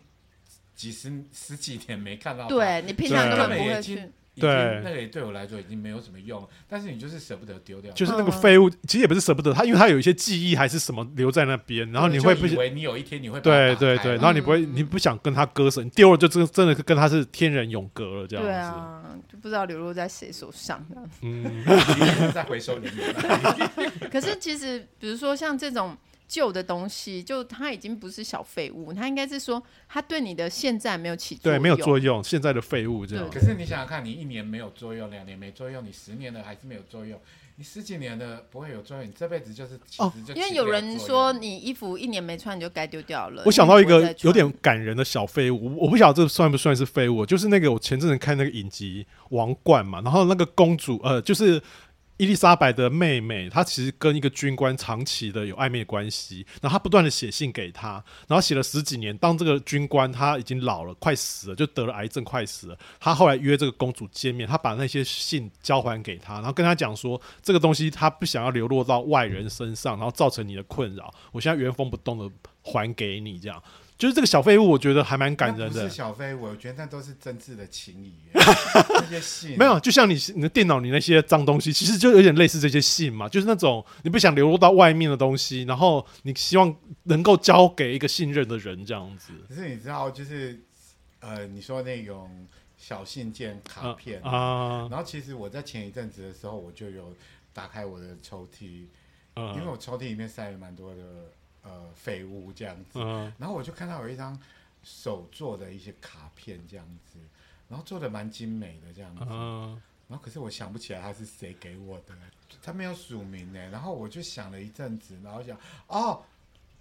[SPEAKER 3] 几十十几年没看到它，
[SPEAKER 1] 对你平常
[SPEAKER 2] 对
[SPEAKER 1] 根本
[SPEAKER 3] 根
[SPEAKER 1] 不
[SPEAKER 3] 本
[SPEAKER 1] 会
[SPEAKER 3] 已
[SPEAKER 1] 去
[SPEAKER 3] 经，已经
[SPEAKER 2] 对
[SPEAKER 3] 那个也对我来说已经没有什么用了，但是你就是舍不得丢掉，
[SPEAKER 2] 就是那个
[SPEAKER 1] 嗯
[SPEAKER 2] 废物，其实也不是舍不得它，因为它有一些记忆还是什么留在那边，然后哦你会不
[SPEAKER 3] 就以为你有一天你会把它
[SPEAKER 2] 对
[SPEAKER 3] 打
[SPEAKER 2] 对
[SPEAKER 3] 开
[SPEAKER 2] 对，
[SPEAKER 3] 来
[SPEAKER 2] 然后你不
[SPEAKER 1] 嗯
[SPEAKER 2] 会，你不想跟它割舍，你丢了就真真的跟它是天人永隔了这样
[SPEAKER 1] 对
[SPEAKER 2] 子。
[SPEAKER 1] 啊，就不知道流落在谁手上。
[SPEAKER 2] 嗯，
[SPEAKER 3] 你在回收人员那里，
[SPEAKER 1] 可是其实，比如说像这种旧的东西，就它已经不是小废物，它应该是说它对你的现在没有起作
[SPEAKER 2] 对，
[SPEAKER 1] 用
[SPEAKER 2] 没有作用，现在的废物这样
[SPEAKER 3] 可。是你想想看，你一年没有作用，两年没作用，你十年的还是没有作用，你十几年的不会有作用，你这辈子就是其
[SPEAKER 2] 哦
[SPEAKER 3] 实就
[SPEAKER 1] 因为
[SPEAKER 3] 起
[SPEAKER 1] 有
[SPEAKER 3] 不了
[SPEAKER 1] 人
[SPEAKER 3] 作
[SPEAKER 1] 说
[SPEAKER 3] 用
[SPEAKER 1] 你衣服一年没穿你就该丢掉了。
[SPEAKER 2] 我想到一
[SPEAKER 1] 你不会
[SPEAKER 2] 个
[SPEAKER 1] 再穿
[SPEAKER 2] 有点感人的小废物，我我不晓得这算不算是废物，就是那个我前阵子看那个影集《王冠》嘛，然后那个公主呃，就是伊丽莎白的妹妹，她其实跟一个军官长期的有暧昧关系，然后她不断的写信给他，然后写了十几年，当这个军官他已经老了，快死了，就得了癌症，快死了，他后来约这个公主见面，他把那些信交还给她，然后跟她讲说，这个东西他不想要流落到外人身上，然后造成你的困扰，我现在原封不动的还给你，这样就是这个小废物，我觉得还蛮感
[SPEAKER 3] 那
[SPEAKER 2] 人
[SPEAKER 3] 不是
[SPEAKER 2] 的。
[SPEAKER 3] 小飞，我觉得那都是真挚的情谊，啊 那些信
[SPEAKER 2] 没有，就像你你的电脑里那些脏东西，其实就有点类似这些信嘛，就是那种你不想流落到外面的东西，然后你希望能够交给一个信任的人这样子。
[SPEAKER 3] 可是你知道，就是呃，你说那种小信件、卡片，
[SPEAKER 2] 啊啊，
[SPEAKER 3] 然后其实我在前一阵子的时候，我就有打开我的抽屉，因为
[SPEAKER 2] 嗯
[SPEAKER 3] 我抽屉里面塞了蛮多的呃废物这样子，
[SPEAKER 2] 嗯，
[SPEAKER 3] 然后我就看到有一张手做的一些卡片这样子，然后做的蛮精美的这样子，
[SPEAKER 2] 嗯，
[SPEAKER 3] 然后可是我想不起来他是谁给我的，他没有署名呢。然后我就想了一阵子，然后想哦，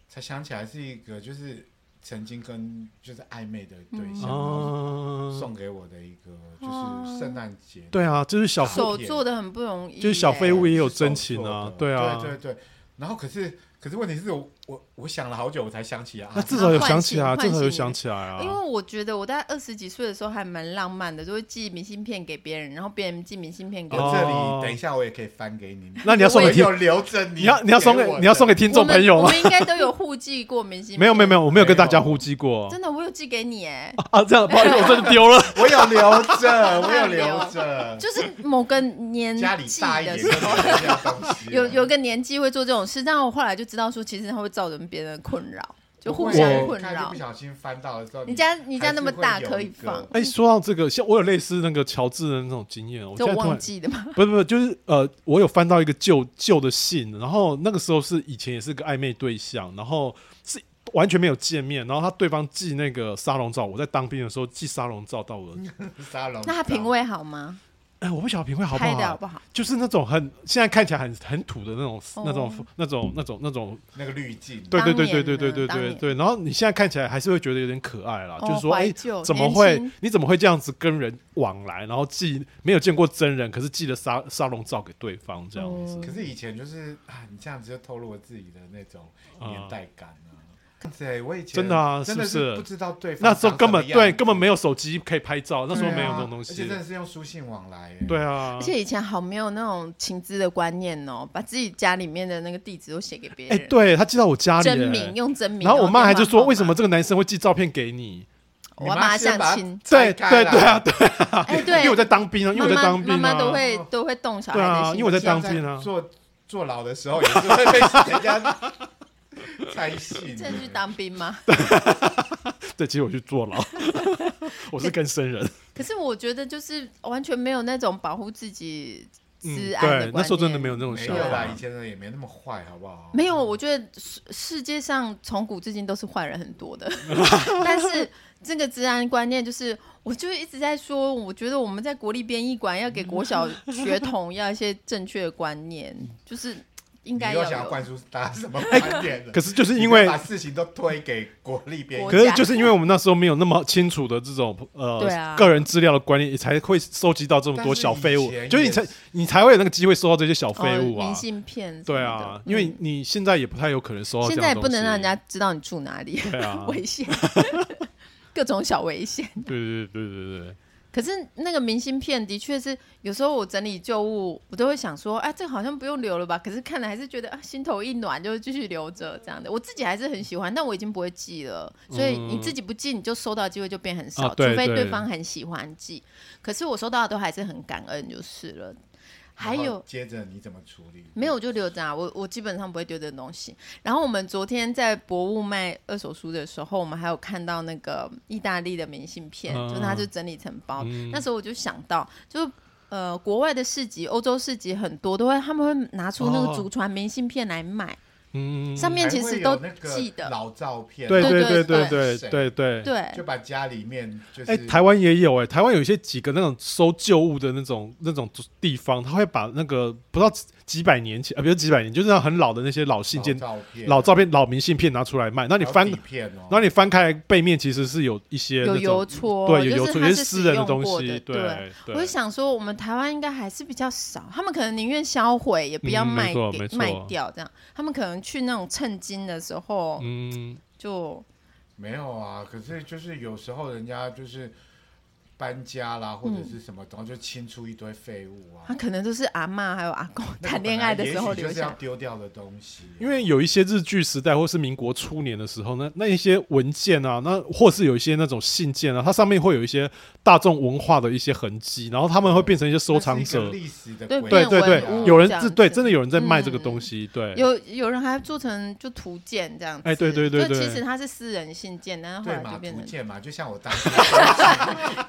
[SPEAKER 3] 才想起来是一个就是曾经跟就是暧昧的对象，然后
[SPEAKER 2] 哦，
[SPEAKER 3] 送给我的一个就是圣诞节。
[SPEAKER 2] 对啊，就是小
[SPEAKER 1] 手
[SPEAKER 3] 手
[SPEAKER 1] 做的很不容易耶，
[SPEAKER 2] 就是小废物也有
[SPEAKER 3] 是手
[SPEAKER 2] 真情啊
[SPEAKER 3] 做的
[SPEAKER 2] 对啊
[SPEAKER 3] 对对对。然后可是可是问题是我我我想了好久，我才想起来
[SPEAKER 2] 那
[SPEAKER 3] 啊，
[SPEAKER 2] 至少有想起来啊，
[SPEAKER 1] 唤醒
[SPEAKER 2] 至少有
[SPEAKER 1] 唤醒
[SPEAKER 2] 想起来啊。
[SPEAKER 1] 因为我觉得我在二十几岁的时候还蛮浪漫的，就会寄明信片给别人，然后别人寄明信片给
[SPEAKER 3] 我
[SPEAKER 1] 我。
[SPEAKER 3] 这
[SPEAKER 2] 哦
[SPEAKER 3] 里等一下我也可以翻给你。
[SPEAKER 2] 那你要送给
[SPEAKER 3] 我也
[SPEAKER 2] 听
[SPEAKER 3] 有，留着
[SPEAKER 2] 你
[SPEAKER 3] 你
[SPEAKER 2] 要你要送给
[SPEAKER 3] 我的
[SPEAKER 2] 你要送给听众朋友
[SPEAKER 1] 我
[SPEAKER 2] 吗
[SPEAKER 1] 们？我们应该都有互寄过明信片。
[SPEAKER 2] 没有没有没有，我没有跟大家
[SPEAKER 3] 没有
[SPEAKER 2] 互击过
[SPEAKER 1] 真的我有寄给你哎、
[SPEAKER 2] 啊。这样不好意思，我真的丢 了。
[SPEAKER 3] 我有留 着，我有留着，
[SPEAKER 1] 就是某个年
[SPEAKER 3] 家里
[SPEAKER 1] 纪
[SPEAKER 3] 大一
[SPEAKER 1] 的
[SPEAKER 3] 点
[SPEAKER 1] 时
[SPEAKER 3] 就
[SPEAKER 1] 候。
[SPEAKER 3] 留下东西。啊
[SPEAKER 1] 有有个年纪会做这种事，但我后来就知道说，其实他会造成别人的困扰，就互相
[SPEAKER 3] 我
[SPEAKER 1] 困
[SPEAKER 3] 看就
[SPEAKER 1] 扰
[SPEAKER 3] 不。小心翻到了之后，
[SPEAKER 1] 你家你家那么大
[SPEAKER 3] 还是会有
[SPEAKER 1] 可以
[SPEAKER 3] 一个
[SPEAKER 1] 放，
[SPEAKER 2] 哎，说到这个，像我有类似那个乔治的那种经验，我
[SPEAKER 1] 就
[SPEAKER 2] 现在突
[SPEAKER 1] 忘
[SPEAKER 2] 然
[SPEAKER 1] 记的嘛。
[SPEAKER 2] 不是不是，就是呃，我有翻到一个旧旧的信，然后那个时候是以前也是个暧昧对象，然后是完全没有见面，然后他对方寄那个沙龙照，我在当兵的时候寄沙龙照到我的，
[SPEAKER 1] 嗯
[SPEAKER 3] 沙龙，
[SPEAKER 1] 那他品味好吗？
[SPEAKER 2] 哎、我不晓得品味好不
[SPEAKER 1] 拍的好
[SPEAKER 2] 好，
[SPEAKER 1] 不好？
[SPEAKER 2] 就是那种很现在看起来很很土的那种、
[SPEAKER 1] 哦
[SPEAKER 2] 那种那种那种那种，
[SPEAKER 3] 那个滤镜，
[SPEAKER 2] 对对
[SPEAKER 1] 当
[SPEAKER 2] 对
[SPEAKER 1] 年
[SPEAKER 2] 对对对
[SPEAKER 1] 呢
[SPEAKER 2] 对
[SPEAKER 1] 当
[SPEAKER 2] 对
[SPEAKER 1] 年
[SPEAKER 2] 对，然后你现在看起来还是会觉得有点可爱啦，
[SPEAKER 1] 哦
[SPEAKER 2] 就是说
[SPEAKER 1] 怀
[SPEAKER 2] 哎、
[SPEAKER 1] 旧
[SPEAKER 2] 怎么
[SPEAKER 1] 年
[SPEAKER 2] 会
[SPEAKER 1] 轻
[SPEAKER 2] 你怎么会这样子跟人往来，然后寄没有见过真人，可是寄了沙沙龙照给对方这样子。
[SPEAKER 3] 可是以前就是啊，你这样子就透露了自己的那种年代感啊。
[SPEAKER 1] 嗯
[SPEAKER 3] 对，我以前
[SPEAKER 2] 真的啊
[SPEAKER 3] 真的
[SPEAKER 2] 是不是
[SPEAKER 3] 不知道对方
[SPEAKER 2] 那时候根本
[SPEAKER 3] 长什么样
[SPEAKER 2] 对
[SPEAKER 3] 子啊
[SPEAKER 2] 根本没有手机可以拍照，那时候
[SPEAKER 1] 对啊
[SPEAKER 2] 没有这种东
[SPEAKER 3] 而
[SPEAKER 2] 西
[SPEAKER 3] 且真。的是用书信往来。欸
[SPEAKER 2] 对，啊
[SPEAKER 1] 而，且以前好没有那种情资的观念哦，把自己家里面的那个地址都写给别
[SPEAKER 2] 哎，
[SPEAKER 1] 人，
[SPEAKER 2] 对他寄到我家里，
[SPEAKER 1] 真名用真名。哦
[SPEAKER 2] 然后我妈还就
[SPEAKER 1] 电话号
[SPEAKER 2] 说
[SPEAKER 1] 码
[SPEAKER 2] 为什么，这个男生会寄照片给你？
[SPEAKER 1] 我要把他相亲。
[SPEAKER 2] 对
[SPEAKER 3] 拆开
[SPEAKER 2] 对
[SPEAKER 3] 来
[SPEAKER 2] 对啊，对，
[SPEAKER 1] 哎，对，
[SPEAKER 2] 因为我在当兵啊，因为我在当兵
[SPEAKER 1] 妈妈妈妈都
[SPEAKER 2] 啊。
[SPEAKER 1] 会都会动小孩
[SPEAKER 2] 对
[SPEAKER 1] 的
[SPEAKER 2] 啊
[SPEAKER 1] 心思，
[SPEAKER 2] 因为我在当
[SPEAKER 3] 像
[SPEAKER 2] 兵啊
[SPEAKER 3] 坐坐牢的时候也是会 被人家拆信。
[SPEAKER 1] 真的去当兵吗？
[SPEAKER 2] 对，其实我去坐 牢，我是跟生人。
[SPEAKER 1] 可是我觉得就是完全没有那种保护自己
[SPEAKER 2] 嗯，
[SPEAKER 1] 治安的、
[SPEAKER 2] 对，那时候真的没有。那种
[SPEAKER 3] 没
[SPEAKER 2] 想
[SPEAKER 3] 有啦，以
[SPEAKER 2] 法。
[SPEAKER 3] 前人也没那么坏，好不好？
[SPEAKER 1] 没有，我觉得世世界上从古至今都是坏人很多 的，但是这个治安观念就是，我就一直在说，我觉得我们在国立编译馆要给国小学童要一些正确的观念，就是应该
[SPEAKER 3] 你
[SPEAKER 1] 要有
[SPEAKER 3] 又想要灌输大家什 么观点的？
[SPEAKER 2] 可是就是因为
[SPEAKER 3] 你不要把事情都推给国力边
[SPEAKER 1] 国
[SPEAKER 2] 可
[SPEAKER 3] 缘，
[SPEAKER 2] 是就是因为我们那时候没有那么清楚的这种
[SPEAKER 1] 对
[SPEAKER 2] 呃
[SPEAKER 1] 啊
[SPEAKER 2] 个人资料的观念，也才会收集到这么多小废物
[SPEAKER 3] 但是以，前
[SPEAKER 2] 就是你
[SPEAKER 3] 也
[SPEAKER 2] 才你才会有那个机会收到这些小
[SPEAKER 1] 哦
[SPEAKER 2] 废物啊
[SPEAKER 1] 明。信片什么的，
[SPEAKER 2] 对啊，因为
[SPEAKER 1] 嗯
[SPEAKER 2] 你现在也不太有可能收到这
[SPEAKER 1] 现
[SPEAKER 2] 样
[SPEAKER 1] 在
[SPEAKER 2] 的
[SPEAKER 1] 也
[SPEAKER 2] 东西。
[SPEAKER 1] 不能让人家知道你住哪里，
[SPEAKER 2] 对 啊
[SPEAKER 1] 危险，各种小危险。
[SPEAKER 2] 对对对对对
[SPEAKER 1] 可是那个明信片的确是，有时候我整理旧物，我都会想说，啊，这个好像不用留了吧？可是看了还是觉得啊，心头一暖，就继续留着这样的。我自己还是很喜欢，但我已经不会寄了，所以你自己不寄，你就收到的机会就变很少，
[SPEAKER 2] 啊对
[SPEAKER 1] 除非
[SPEAKER 2] 对
[SPEAKER 1] 对方很喜欢寄。可是我收到的都还是很感恩就是了。还
[SPEAKER 3] 然
[SPEAKER 1] 有
[SPEAKER 3] 后接着你怎么处理？
[SPEAKER 1] 没有，我就留着啊，我我基本上不会丢这种东西。然后我们昨天在博物卖二手书的时候，我们还有看到那个意大利的明信片，
[SPEAKER 2] 嗯
[SPEAKER 1] 就是它就整理成包。
[SPEAKER 2] 嗯
[SPEAKER 1] 那时候我就想到，就是呃，国外的市集，欧洲市集很多都会，他们会拿出那
[SPEAKER 2] 哦
[SPEAKER 1] 个祖传明信片来买，
[SPEAKER 2] 嗯，
[SPEAKER 1] 上面其
[SPEAKER 3] 还会
[SPEAKER 1] 实
[SPEAKER 3] 有
[SPEAKER 1] 都
[SPEAKER 3] 那个
[SPEAKER 1] 记得。
[SPEAKER 3] 老照片，
[SPEAKER 2] 对对对
[SPEAKER 1] 对
[SPEAKER 2] 对
[SPEAKER 1] 对
[SPEAKER 2] 对
[SPEAKER 3] 谁
[SPEAKER 2] 对对。
[SPEAKER 1] 对，
[SPEAKER 3] 就把家里面就是、
[SPEAKER 2] 哎、台湾也有哎、台湾有一些几个那种收旧物的那种那种地方，他会把那个不知道几几百年前啊，比如几百年，就是那很老的那些老信件、
[SPEAKER 3] 老照片、
[SPEAKER 2] 老照片、老明信片拿出来卖。那你
[SPEAKER 3] 然后
[SPEAKER 2] 翻，
[SPEAKER 3] 底
[SPEAKER 2] 然
[SPEAKER 3] 片哦，
[SPEAKER 2] 后你翻开来背面其实是有一些
[SPEAKER 1] 有
[SPEAKER 2] 那
[SPEAKER 1] 邮
[SPEAKER 2] 种
[SPEAKER 1] 戳，
[SPEAKER 2] 对
[SPEAKER 1] 就
[SPEAKER 2] 有邮
[SPEAKER 1] 是
[SPEAKER 2] 戳，
[SPEAKER 1] 它
[SPEAKER 2] 有些
[SPEAKER 1] 是
[SPEAKER 2] 私
[SPEAKER 1] 使
[SPEAKER 2] 人的
[SPEAKER 1] 用
[SPEAKER 2] 东
[SPEAKER 1] 过
[SPEAKER 2] 西，
[SPEAKER 1] 对。
[SPEAKER 2] 对。
[SPEAKER 1] 我就想说，我们台湾应该还是比较少，他们可能宁愿销毁，也不要
[SPEAKER 2] 嗯没
[SPEAKER 1] 卖
[SPEAKER 2] 错
[SPEAKER 1] 给、
[SPEAKER 2] 没错
[SPEAKER 1] 卖掉这样。他们可能去那种称斤的时候，
[SPEAKER 2] 嗯，
[SPEAKER 1] 就
[SPEAKER 3] 没有啊。可是就是有时候人家就是搬家啦，或者是什么，然后就清出一堆废物啊
[SPEAKER 1] 他。可能都是阿嬷还有阿公
[SPEAKER 3] 那个
[SPEAKER 1] 谈恋爱的时候
[SPEAKER 3] 本来也许
[SPEAKER 1] 留
[SPEAKER 3] 就是
[SPEAKER 1] 下
[SPEAKER 3] 要
[SPEAKER 1] 来。
[SPEAKER 3] 丢掉的东西，啊
[SPEAKER 2] 因为有一些日据时代或是民国初年的时候，那那一些文件啊，那或是有一些那种信件啊，它上面会有一些大众文化的一些痕迹，然后他们会变成一些收藏
[SPEAKER 3] 那是一
[SPEAKER 2] 者
[SPEAKER 3] 个。历史的
[SPEAKER 1] 对
[SPEAKER 3] 轨迹
[SPEAKER 2] 对
[SPEAKER 3] 啊
[SPEAKER 2] 对
[SPEAKER 1] 变
[SPEAKER 2] 对，
[SPEAKER 1] 文物
[SPEAKER 2] 有人
[SPEAKER 1] 这样
[SPEAKER 2] 自
[SPEAKER 1] 子
[SPEAKER 2] 对真的有人在卖这个
[SPEAKER 1] 嗯
[SPEAKER 2] 东西，对，
[SPEAKER 1] 有有人还做成就图鉴这样子，
[SPEAKER 2] 哎对对对
[SPEAKER 1] 就
[SPEAKER 2] 对
[SPEAKER 1] 其实它是私人信件，但是后
[SPEAKER 3] 对
[SPEAKER 1] 来
[SPEAKER 3] 嘛，
[SPEAKER 1] 就变
[SPEAKER 3] 图
[SPEAKER 1] 成啊
[SPEAKER 3] 鉴嘛，就像我当初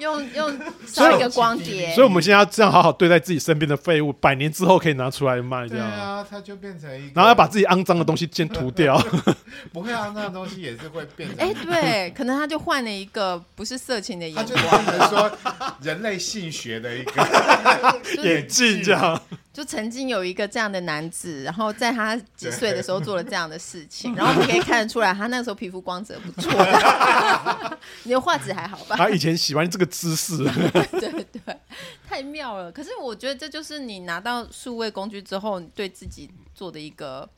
[SPEAKER 1] 用 用烧一个光碟，
[SPEAKER 2] 所以我们现在要这样好好对待自己身边的废物，百年之后可以拿出来卖，这
[SPEAKER 3] 对
[SPEAKER 2] 样，
[SPEAKER 3] 啊，它就变成一个，
[SPEAKER 2] 然后要把自己肮脏的东西先涂掉。
[SPEAKER 3] 不会啊，那东西也是会变 成，
[SPEAKER 1] 哎、对，可能他就换了一个不是色情的
[SPEAKER 3] 它
[SPEAKER 1] 眼
[SPEAKER 3] 就
[SPEAKER 1] 光，
[SPEAKER 3] 变成说人类性学的一 个
[SPEAKER 1] 就是
[SPEAKER 2] 眼镜这样，
[SPEAKER 1] 就曾经有一个这样的男子，然后在他几岁的时候做了这样的事情，然后你可以看得出来，他那时候皮肤光泽不错，你的画质还好吧？
[SPEAKER 2] 他以前喜欢这个姿势，
[SPEAKER 1] 对对，太妙了。可是我觉得这就是你拿到数位工具之后，你对自己做的一个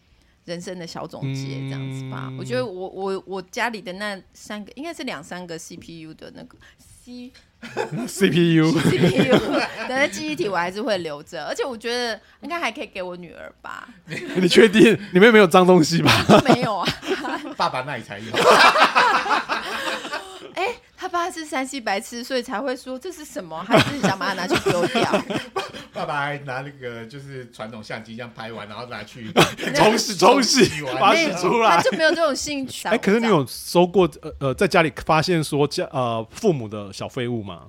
[SPEAKER 1] 人生的小总结这样子吧。我觉得我我我家里的那三个应该是两三个 CPU 的那个 C
[SPEAKER 2] CPU
[SPEAKER 1] CPU，但那记忆体我还是会留着，而且我觉得应该还可以给我女儿吧，
[SPEAKER 2] 你确定里面没有脏东西吧？
[SPEAKER 1] 没有啊。
[SPEAKER 3] 爸爸那里才有。
[SPEAKER 1] 哎、他爸是山西白痴，所以才会说这是什么，还是想把它拿去丢 掉。
[SPEAKER 3] 爸爸还拿那个就是传统相机这样拍完，然后拿 去
[SPEAKER 2] 冲洗冲洗，把它
[SPEAKER 1] 没
[SPEAKER 2] 洗
[SPEAKER 1] 有
[SPEAKER 2] 出来
[SPEAKER 1] 他。就没有这种兴趣。啊
[SPEAKER 2] 哎、可是你有收过呃呃，在家里发现说家呃父母的小废物吗？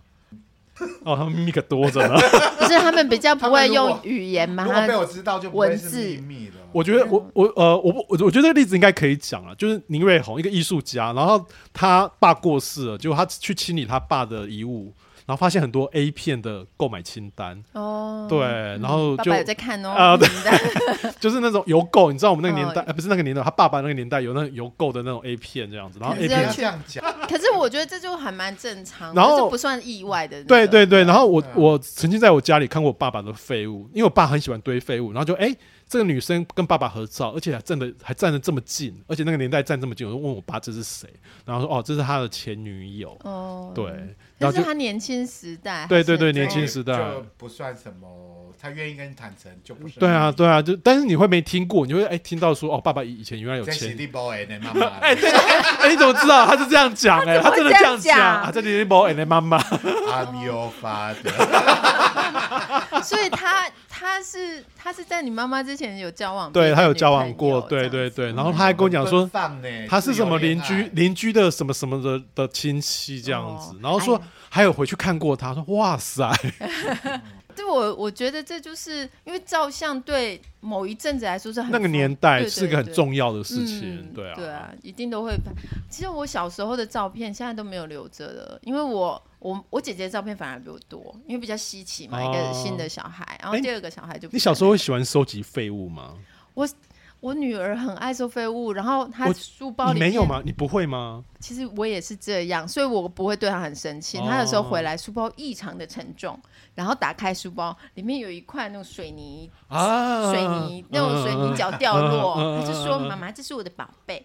[SPEAKER 2] 哦，他们秘密可多 着呢。
[SPEAKER 1] 不是他们比较不会
[SPEAKER 3] 他们如
[SPEAKER 1] 用
[SPEAKER 3] 果
[SPEAKER 1] 语言嘛？
[SPEAKER 3] 如果
[SPEAKER 1] 他
[SPEAKER 3] 被我知道，就不会是秘密了。
[SPEAKER 2] 我觉得我我呃我不我我觉得这个例子应该可以讲了，就是宁瑞红一个艺术家，然后他爸过世了，结果他去清理他爸的遗物，然后发现很多 A 片的购买清单，
[SPEAKER 1] 哦，
[SPEAKER 2] 对，然后
[SPEAKER 1] 爸
[SPEAKER 2] 就
[SPEAKER 1] 爸有在看哦。
[SPEAKER 2] 啊对
[SPEAKER 1] 嗯这 样
[SPEAKER 2] 就是那种邮购，你知道我们那个年代，
[SPEAKER 1] 哦
[SPEAKER 2] 呃、不是那个年代，他爸爸那个年代有那种邮购的那种 A 片这样子，然后
[SPEAKER 1] 可
[SPEAKER 3] 你
[SPEAKER 2] A
[SPEAKER 1] 是
[SPEAKER 3] 不
[SPEAKER 1] 要
[SPEAKER 3] 要
[SPEAKER 2] 片
[SPEAKER 1] 去
[SPEAKER 3] 这样讲，
[SPEAKER 1] 可是我觉得这就还蛮正常，
[SPEAKER 2] 然后
[SPEAKER 1] 就是不算意外的那
[SPEAKER 2] 对
[SPEAKER 1] 个。
[SPEAKER 2] 对对，然后我
[SPEAKER 3] 对啊
[SPEAKER 2] 我曾经在我家里看过我爸爸的废物，因为我爸很喜欢堆废物，然后就哎、这个女生跟爸爸合照，而且还站的还站的这么近，而且那个年代站这么近，我就问我爸这是谁，然后说哦这是他的前女友，
[SPEAKER 1] 哦，
[SPEAKER 2] 对，，然
[SPEAKER 1] 但
[SPEAKER 2] 后
[SPEAKER 1] 是
[SPEAKER 2] 就
[SPEAKER 1] 他年轻时代，
[SPEAKER 2] 对对对
[SPEAKER 1] 还是
[SPEAKER 2] 年轻时代
[SPEAKER 3] 就不算什么，他愿意跟你坦诚就不是秘密。
[SPEAKER 2] 对啊对啊，就但是你会没听过，你会哎、听到说哦爸爸以以前原来有
[SPEAKER 3] 在喜
[SPEAKER 2] 前。
[SPEAKER 3] 地 boy 的妈妈，
[SPEAKER 2] 哎、对哎、你怎么知道？他是这样讲哎、
[SPEAKER 1] 怎
[SPEAKER 2] 他
[SPEAKER 1] 么会
[SPEAKER 2] 真的
[SPEAKER 1] 这样
[SPEAKER 2] 样讲
[SPEAKER 1] 讲
[SPEAKER 2] 啊！这里是某 N 的妈妈，
[SPEAKER 3] 阿米欧发的，
[SPEAKER 1] 所以他他是他是在你妈妈之前有交往，
[SPEAKER 2] 对他有交往过，对
[SPEAKER 1] 对
[SPEAKER 2] 对对，然后他还跟我讲说
[SPEAKER 3] 奔，放
[SPEAKER 1] 哎
[SPEAKER 3] 呢
[SPEAKER 2] 他是什么邻居
[SPEAKER 3] 自由恋爱
[SPEAKER 2] 邻居的什么什么的的亲戚这样子
[SPEAKER 1] 哦，
[SPEAKER 2] 然后说
[SPEAKER 1] 哎呀
[SPEAKER 2] 还有回去看过他，说 哇塞，
[SPEAKER 1] 对我，我觉得这就是因为照相对某一阵子来说是很
[SPEAKER 2] 那个
[SPEAKER 1] 复
[SPEAKER 2] 年代
[SPEAKER 1] 对
[SPEAKER 2] 是
[SPEAKER 1] 对
[SPEAKER 2] 个很
[SPEAKER 1] 对
[SPEAKER 2] 重要的事情
[SPEAKER 1] 嗯，，
[SPEAKER 2] 对啊，
[SPEAKER 1] 对啊，一定都会拍。其实我小时候的照片现在都没有留着了，因为我我我姐姐的照片反而比我多，因为比较稀奇嘛，一
[SPEAKER 2] 哦
[SPEAKER 1] 个新的小孩，然后
[SPEAKER 2] 哎
[SPEAKER 1] 第二个小孩就不
[SPEAKER 2] 你小时候
[SPEAKER 1] 在
[SPEAKER 2] 会喜欢收集废物吗？
[SPEAKER 1] 我女儿很爱收废物，然后她
[SPEAKER 2] 我
[SPEAKER 1] 书包
[SPEAKER 2] 你
[SPEAKER 1] 里
[SPEAKER 2] 没有
[SPEAKER 1] 面？
[SPEAKER 2] 吗？你不会吗？
[SPEAKER 1] 其实我也是这样，所以我不会对她很生气。她有时候
[SPEAKER 2] 哦
[SPEAKER 1] 回来书包异常的沉重，然后打开书包里面有一块那种水泥
[SPEAKER 2] 啊，
[SPEAKER 1] 水泥那种水泥角掉
[SPEAKER 2] 嗯嗯嗯
[SPEAKER 1] 落，
[SPEAKER 2] 嗯
[SPEAKER 1] 他就说：“
[SPEAKER 2] 嗯嗯
[SPEAKER 1] 妈妈，这是我的宝贝。”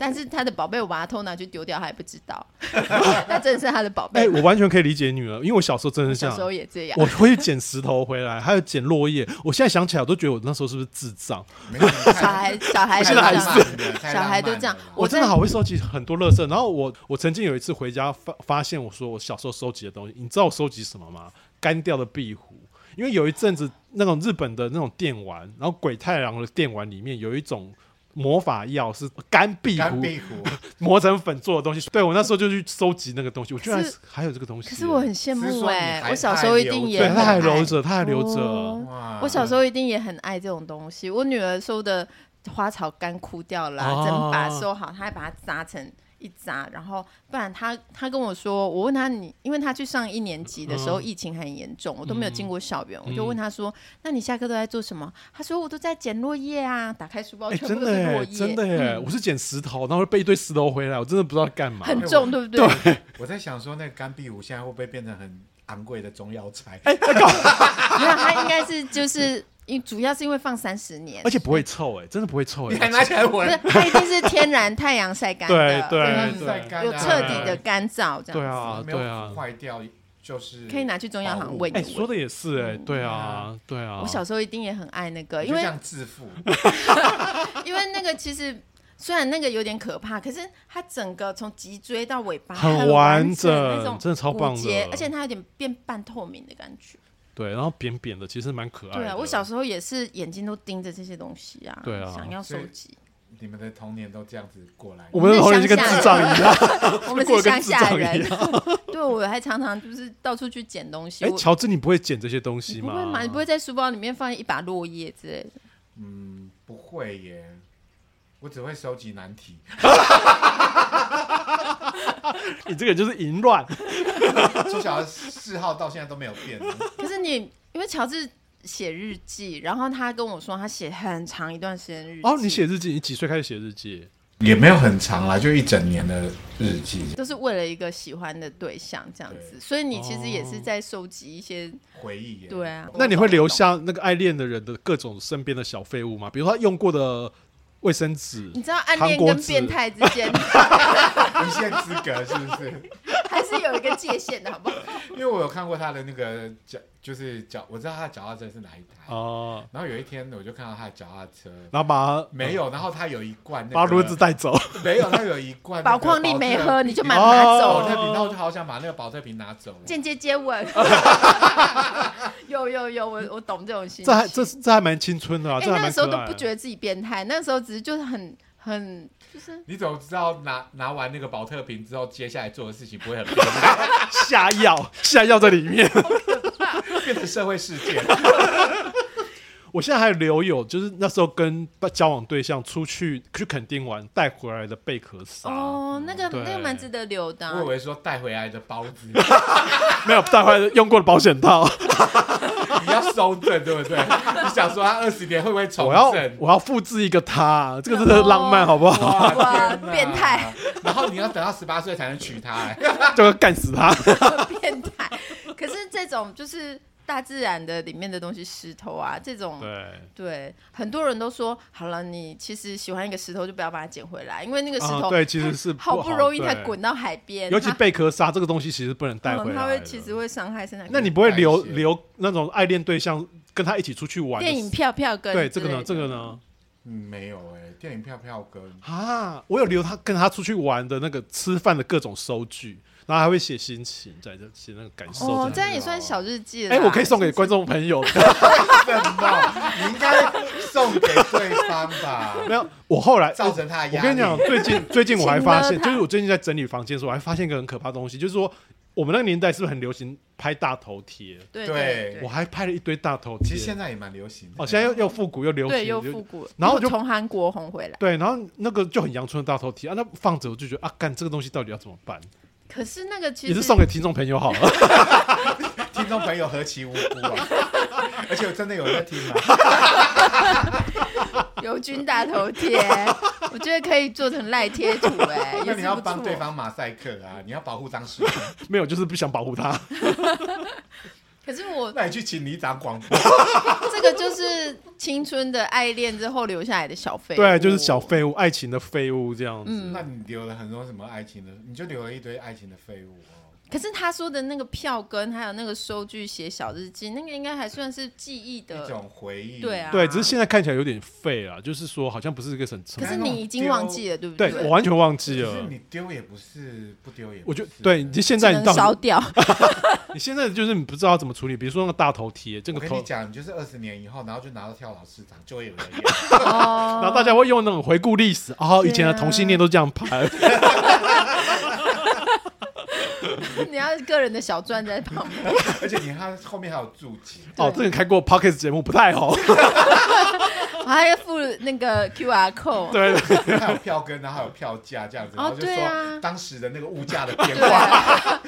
[SPEAKER 1] 但是他的宝贝，我把它偷拿去丢掉，他也不知道，那真的是他的宝
[SPEAKER 2] 哎、
[SPEAKER 1] 贝。
[SPEAKER 2] 我完全可以理解女儿，因为我小时候真的是这
[SPEAKER 1] 小时候
[SPEAKER 2] 样。
[SPEAKER 1] 也这样
[SPEAKER 2] 我，会捡石头回来，还有捡落叶。我现在想起来，我都觉得我那时候是不是智障？
[SPEAKER 3] 没有你看
[SPEAKER 1] 小孩小孩都这
[SPEAKER 3] 太浪
[SPEAKER 1] 样，
[SPEAKER 3] 漫了太
[SPEAKER 1] 小
[SPEAKER 3] 浪
[SPEAKER 1] 孩都
[SPEAKER 3] 漫
[SPEAKER 1] 这样
[SPEAKER 3] 了
[SPEAKER 1] 我
[SPEAKER 2] 我真的
[SPEAKER 1] 在
[SPEAKER 2] 好会收集很多垃圾。然后我我曾经有一次回家发发现，我说我小时候收集的东西，你知道我收集什么吗？干掉的壁虎。因为有一阵子那种日本的那种电玩，然后鬼太郎的电玩里面有一种魔法药是干壁
[SPEAKER 3] 干
[SPEAKER 2] 虎
[SPEAKER 3] 壁虎，
[SPEAKER 2] 磨成粉做的东西。对我那时候就去收集那个东西，我居然
[SPEAKER 1] 可是
[SPEAKER 2] 还有这个东西耶。
[SPEAKER 1] 可是我很羡
[SPEAKER 3] 只是
[SPEAKER 1] 慕
[SPEAKER 3] 说你
[SPEAKER 1] 哎、
[SPEAKER 3] 还
[SPEAKER 1] 我小时候一定也
[SPEAKER 2] 对，
[SPEAKER 3] 爱
[SPEAKER 1] 很
[SPEAKER 2] 他还
[SPEAKER 1] 爱
[SPEAKER 2] 留着，他还留着。
[SPEAKER 1] 哦
[SPEAKER 2] 啊
[SPEAKER 3] 哇
[SPEAKER 1] 我小时候一定也很爱这种东西。我女儿收的花草干枯掉了、啊
[SPEAKER 2] 哦
[SPEAKER 1] 整把收好，她还把它扎成一扎，然后不然她她跟我说，我问她你，因为她去上一年级的时候、
[SPEAKER 2] 嗯
[SPEAKER 1] 疫情很严重，我都没有进过校园，我就
[SPEAKER 2] 嗯
[SPEAKER 1] 问她说，那你下课都在做什么？她说我都在捡落叶啊，打开书包
[SPEAKER 2] 哎、
[SPEAKER 1] 全
[SPEAKER 2] 真
[SPEAKER 1] 部都
[SPEAKER 2] 的
[SPEAKER 1] 是
[SPEAKER 2] 耶
[SPEAKER 1] 落，叶，
[SPEAKER 2] 真的耶！我是捡石头，然后背一堆石头回来，我真的不知道干嘛。 哎
[SPEAKER 1] 很重，对不对？
[SPEAKER 3] 我在想说，那个干壁虎现在会不会变成很昂贵的中药材？
[SPEAKER 2] 哎
[SPEAKER 1] 没有，她应该是就是。因主要是因为放三十年，
[SPEAKER 2] 而且不会臭哎、真的不会臭哎、
[SPEAKER 3] 你还拿起来
[SPEAKER 1] 不
[SPEAKER 3] 闻
[SPEAKER 1] 是，它一定是天然太阳晒干的，嗯
[SPEAKER 2] 对
[SPEAKER 3] 真的
[SPEAKER 2] 对
[SPEAKER 3] 是在干啊
[SPEAKER 1] 有彻底的干燥这样。
[SPEAKER 2] 对啊，
[SPEAKER 3] 没有
[SPEAKER 2] 对啊，
[SPEAKER 3] 坏掉就是
[SPEAKER 1] 可以拿去中药行问
[SPEAKER 2] 哎、
[SPEAKER 1] 一
[SPEAKER 2] 说
[SPEAKER 1] 问。
[SPEAKER 2] 的也是哎、对啊，对啊。
[SPEAKER 1] 嗯我小时候一定也很爱那个，
[SPEAKER 3] 你
[SPEAKER 1] 因
[SPEAKER 3] 就这
[SPEAKER 1] 为
[SPEAKER 3] 样致富，
[SPEAKER 1] 因为那个其实虽然那个有点可怕，可是它整个从脊椎到尾巴
[SPEAKER 2] 很
[SPEAKER 1] 很
[SPEAKER 2] 完整
[SPEAKER 1] 整，那种
[SPEAKER 2] 真的超棒的
[SPEAKER 1] 骨节而且它有点变半透明的感觉。
[SPEAKER 2] 对，然后扁扁的，其实蛮可爱的。
[SPEAKER 1] 对啊，我小时候也是眼睛都盯着这些东西啊，
[SPEAKER 2] 对啊
[SPEAKER 1] 想要收集。
[SPEAKER 3] 你们的童年都这样子过来。
[SPEAKER 2] 我们的童年就跟智障一样。
[SPEAKER 1] 我们
[SPEAKER 2] 过
[SPEAKER 1] 是
[SPEAKER 2] 得
[SPEAKER 1] 乡
[SPEAKER 2] 跟智
[SPEAKER 1] 下
[SPEAKER 2] 障一
[SPEAKER 1] 人， 对，我还常常就是到处去捡东西。
[SPEAKER 2] 哎、
[SPEAKER 1] 我
[SPEAKER 2] 乔治，你不会捡这些东
[SPEAKER 1] 你
[SPEAKER 2] 西
[SPEAKER 1] 不
[SPEAKER 2] 吗？
[SPEAKER 1] 会吗？你不会在书包里面放一把落叶之类的？
[SPEAKER 3] 嗯，不会耶，我只会收集难题。
[SPEAKER 2] 你这个人就是 淫乱。
[SPEAKER 3] 从小的嗜好到现在都没有变，
[SPEAKER 1] 可是你因为乔治写日记，然后他跟我说他写很长一段时间日记。
[SPEAKER 2] 哦，你写日记，你几岁开始写日记？
[SPEAKER 3] 也没有很长啦，就一整年的日记
[SPEAKER 1] 都是为了一个喜欢的对象这样子，所以你其实也是在收集一些，
[SPEAKER 3] 回忆耶。
[SPEAKER 1] 对啊
[SPEAKER 3] 我
[SPEAKER 2] 那你会留下那个爱恋的人的各种身边的小废物吗？比如说他用过的。卫生 纸
[SPEAKER 1] 你，知道暗
[SPEAKER 2] 韩
[SPEAKER 1] 恋
[SPEAKER 2] 国
[SPEAKER 1] 跟
[SPEAKER 2] 纸
[SPEAKER 1] 变态之间
[SPEAKER 3] 无限资格是不是？
[SPEAKER 1] 还是有一个界限的，好不好？
[SPEAKER 3] 因为我有看过他的那个脚，就是脚，我知道他的脚踏车是哪一台。
[SPEAKER 2] 哦，
[SPEAKER 3] 然后有一天我就看到他的脚踏车
[SPEAKER 2] 然后把它
[SPEAKER 3] 没有，然后他有一罐、那个，
[SPEAKER 2] 把轮子 带走，
[SPEAKER 3] 没有，他有一罐
[SPEAKER 1] 宝矿力没喝，你就把它
[SPEAKER 2] 哦
[SPEAKER 1] 拿
[SPEAKER 3] 保
[SPEAKER 1] 走
[SPEAKER 3] 特
[SPEAKER 1] 了，
[SPEAKER 3] 瓶，然后我就好想把那个保特瓶拿走了。
[SPEAKER 1] 间接接吻。有有有，我我懂这种心情。
[SPEAKER 2] 这还这这还蛮青春的啊，
[SPEAKER 1] 哎、
[SPEAKER 2] 这还
[SPEAKER 1] 那
[SPEAKER 2] 蛮
[SPEAKER 1] 个时候
[SPEAKER 2] 可
[SPEAKER 1] 都
[SPEAKER 2] 爱
[SPEAKER 1] 不
[SPEAKER 2] 的。
[SPEAKER 1] 觉得自己变态，那时候只是就是很很就是
[SPEAKER 3] 你怎么知道拿拿完那个保特瓶之后，接下来做的事情不会很变态，
[SPEAKER 2] 下药，下药在里面。
[SPEAKER 3] 变成社会事件？
[SPEAKER 2] 我现在还留有，就是那时候跟交往对象出去去垦丁玩带回来的贝壳沙，
[SPEAKER 1] 哦，那个那
[SPEAKER 2] 对
[SPEAKER 1] 个蛮值得留的啊、
[SPEAKER 3] 我以为说带回来的包子，
[SPEAKER 2] 没有带回来用过的保险套。
[SPEAKER 3] 你要收正对 不对？你想说他二十年会不会重
[SPEAKER 2] 我要
[SPEAKER 3] 正？
[SPEAKER 2] 我要复制一个他，这个真的浪漫，好不好？
[SPEAKER 1] 哦哇
[SPEAKER 3] 天哪
[SPEAKER 1] 变态！
[SPEAKER 3] 然后你要等到十八岁才能娶她、哎
[SPEAKER 2] 就要干死他。
[SPEAKER 1] 变态。 可是这种就是大自然的里面的东西，石头啊，这种
[SPEAKER 2] 对，
[SPEAKER 1] 对，很多人都说好了，你其实喜欢一个石头就不要把它捡回来，因为那个石
[SPEAKER 2] 啊
[SPEAKER 1] 头、
[SPEAKER 2] 对其实是
[SPEAKER 1] 好
[SPEAKER 2] 不好
[SPEAKER 1] 容易才
[SPEAKER 2] 对
[SPEAKER 1] 滚到海边，
[SPEAKER 2] 尤其
[SPEAKER 1] 它
[SPEAKER 2] 贝壳沙这个东西其实不能带回
[SPEAKER 1] 嗯，
[SPEAKER 2] 来
[SPEAKER 1] 它
[SPEAKER 2] 的。
[SPEAKER 1] 会其实会伤害身体。
[SPEAKER 2] 那你不会留
[SPEAKER 3] 带一些
[SPEAKER 2] 留那种爱恋对象跟他一起出去玩的
[SPEAKER 1] 电影票票跟
[SPEAKER 2] 对这个呢，
[SPEAKER 1] 之
[SPEAKER 2] 这
[SPEAKER 1] 类
[SPEAKER 2] 个
[SPEAKER 1] 的
[SPEAKER 2] 呢
[SPEAKER 3] 嗯，没有哎、电影票票哥，
[SPEAKER 2] 啊，我有留他跟他出去玩的那个吃饭的各种收据，然后还会写心情，在这写那个感受。
[SPEAKER 1] 哦，这
[SPEAKER 2] 这样
[SPEAKER 1] 样也算小日记了
[SPEAKER 2] 哎，
[SPEAKER 1] 啦。
[SPEAKER 2] 我可以送给
[SPEAKER 1] 是不
[SPEAKER 2] 观
[SPEAKER 1] 啊是
[SPEAKER 2] 众朋友。
[SPEAKER 3] 什么？你应该送给对方吧？
[SPEAKER 2] 没有，我后来
[SPEAKER 3] 造成他的压力
[SPEAKER 2] 我跟你讲，最近最近我还发现
[SPEAKER 1] 请，了他
[SPEAKER 2] 就是我最近在整理房间的时候，我还发现一个很可怕的东西，就是说我们那个年代是不是很流行拍大头贴？
[SPEAKER 1] 对
[SPEAKER 3] 对
[SPEAKER 1] 对
[SPEAKER 2] 我还拍了一堆大头贴。
[SPEAKER 3] 其实现在也蛮流行的。
[SPEAKER 2] 哦，现在又又复古又流行，
[SPEAKER 1] 对又
[SPEAKER 2] 就
[SPEAKER 1] 复古，
[SPEAKER 2] 然后我就
[SPEAKER 1] 从韩国红回来。
[SPEAKER 2] 对，然后那个就很阳春的大头贴啊，那放着我就觉得啊，干这个东西到底要怎么办？
[SPEAKER 1] 可是那个其
[SPEAKER 2] 也
[SPEAKER 1] 实
[SPEAKER 2] 是送给听众朋友好了。
[SPEAKER 3] 听众朋友何其无辜啊！而且我真的有在听吗？
[SPEAKER 1] 友军大头贴， 我觉得可以做成赖贴图哎、 也
[SPEAKER 3] 那
[SPEAKER 1] 是
[SPEAKER 3] 你要
[SPEAKER 1] 不
[SPEAKER 3] 帮
[SPEAKER 1] 错
[SPEAKER 3] 对。方马赛克啊！你要保护张世宏，
[SPEAKER 2] 没有，就是不想保护他。
[SPEAKER 1] 可是我
[SPEAKER 3] 那你去请里长广播。
[SPEAKER 1] 这个就是青春的爱恋之后留下来的小废物，
[SPEAKER 2] 对，就是小废物，爱情的废物这样子。
[SPEAKER 1] 嗯
[SPEAKER 3] 那你留了很多什么爱情的，你就留了一堆爱情的废物哦。
[SPEAKER 1] 可是他说的那个票根，还有那个收据写小日记，那个应该还算是记忆
[SPEAKER 3] 一
[SPEAKER 1] 的。
[SPEAKER 3] 种回忆。
[SPEAKER 1] 呃对啊
[SPEAKER 2] 对，只是现在看起来有点废啊，就是说好像不是一个很成
[SPEAKER 1] 可是你已经忘记了，对不
[SPEAKER 2] 对我完全忘记
[SPEAKER 3] 可是
[SPEAKER 2] 了。
[SPEAKER 3] 你丢也不是，不丢也不是。
[SPEAKER 2] 啊我觉得对，你现在
[SPEAKER 1] 只
[SPEAKER 2] 你
[SPEAKER 1] 能
[SPEAKER 2] 到
[SPEAKER 1] 烧
[SPEAKER 2] 底
[SPEAKER 1] 掉。
[SPEAKER 2] 你现在就是你不知道怎么处理，比如说那个大头贴，这
[SPEAKER 3] 我
[SPEAKER 2] 个
[SPEAKER 3] 跟
[SPEAKER 2] 头
[SPEAKER 3] 你，讲，你就是二十年以后，然后就拿到跳蚤市场，就会有人演。
[SPEAKER 1] 哦
[SPEAKER 2] 然后大家会用那种回顾历史，哦，
[SPEAKER 1] 对
[SPEAKER 2] 以前的
[SPEAKER 1] 啊
[SPEAKER 2] 同性恋都这 样拍，
[SPEAKER 1] 你要个人的小钻在旁边，
[SPEAKER 3] 而且你看他后面还有注解，
[SPEAKER 2] 哦，这个开过 p o c k e t 节目不太好，
[SPEAKER 1] 还要附那个 QR code。
[SPEAKER 2] 对，
[SPEAKER 3] 还有票根，然后还有票价这样子，
[SPEAKER 1] 哦
[SPEAKER 3] 然后就
[SPEAKER 1] 对啊
[SPEAKER 3] 说当时的那个物价的变
[SPEAKER 1] 对，
[SPEAKER 3] 化。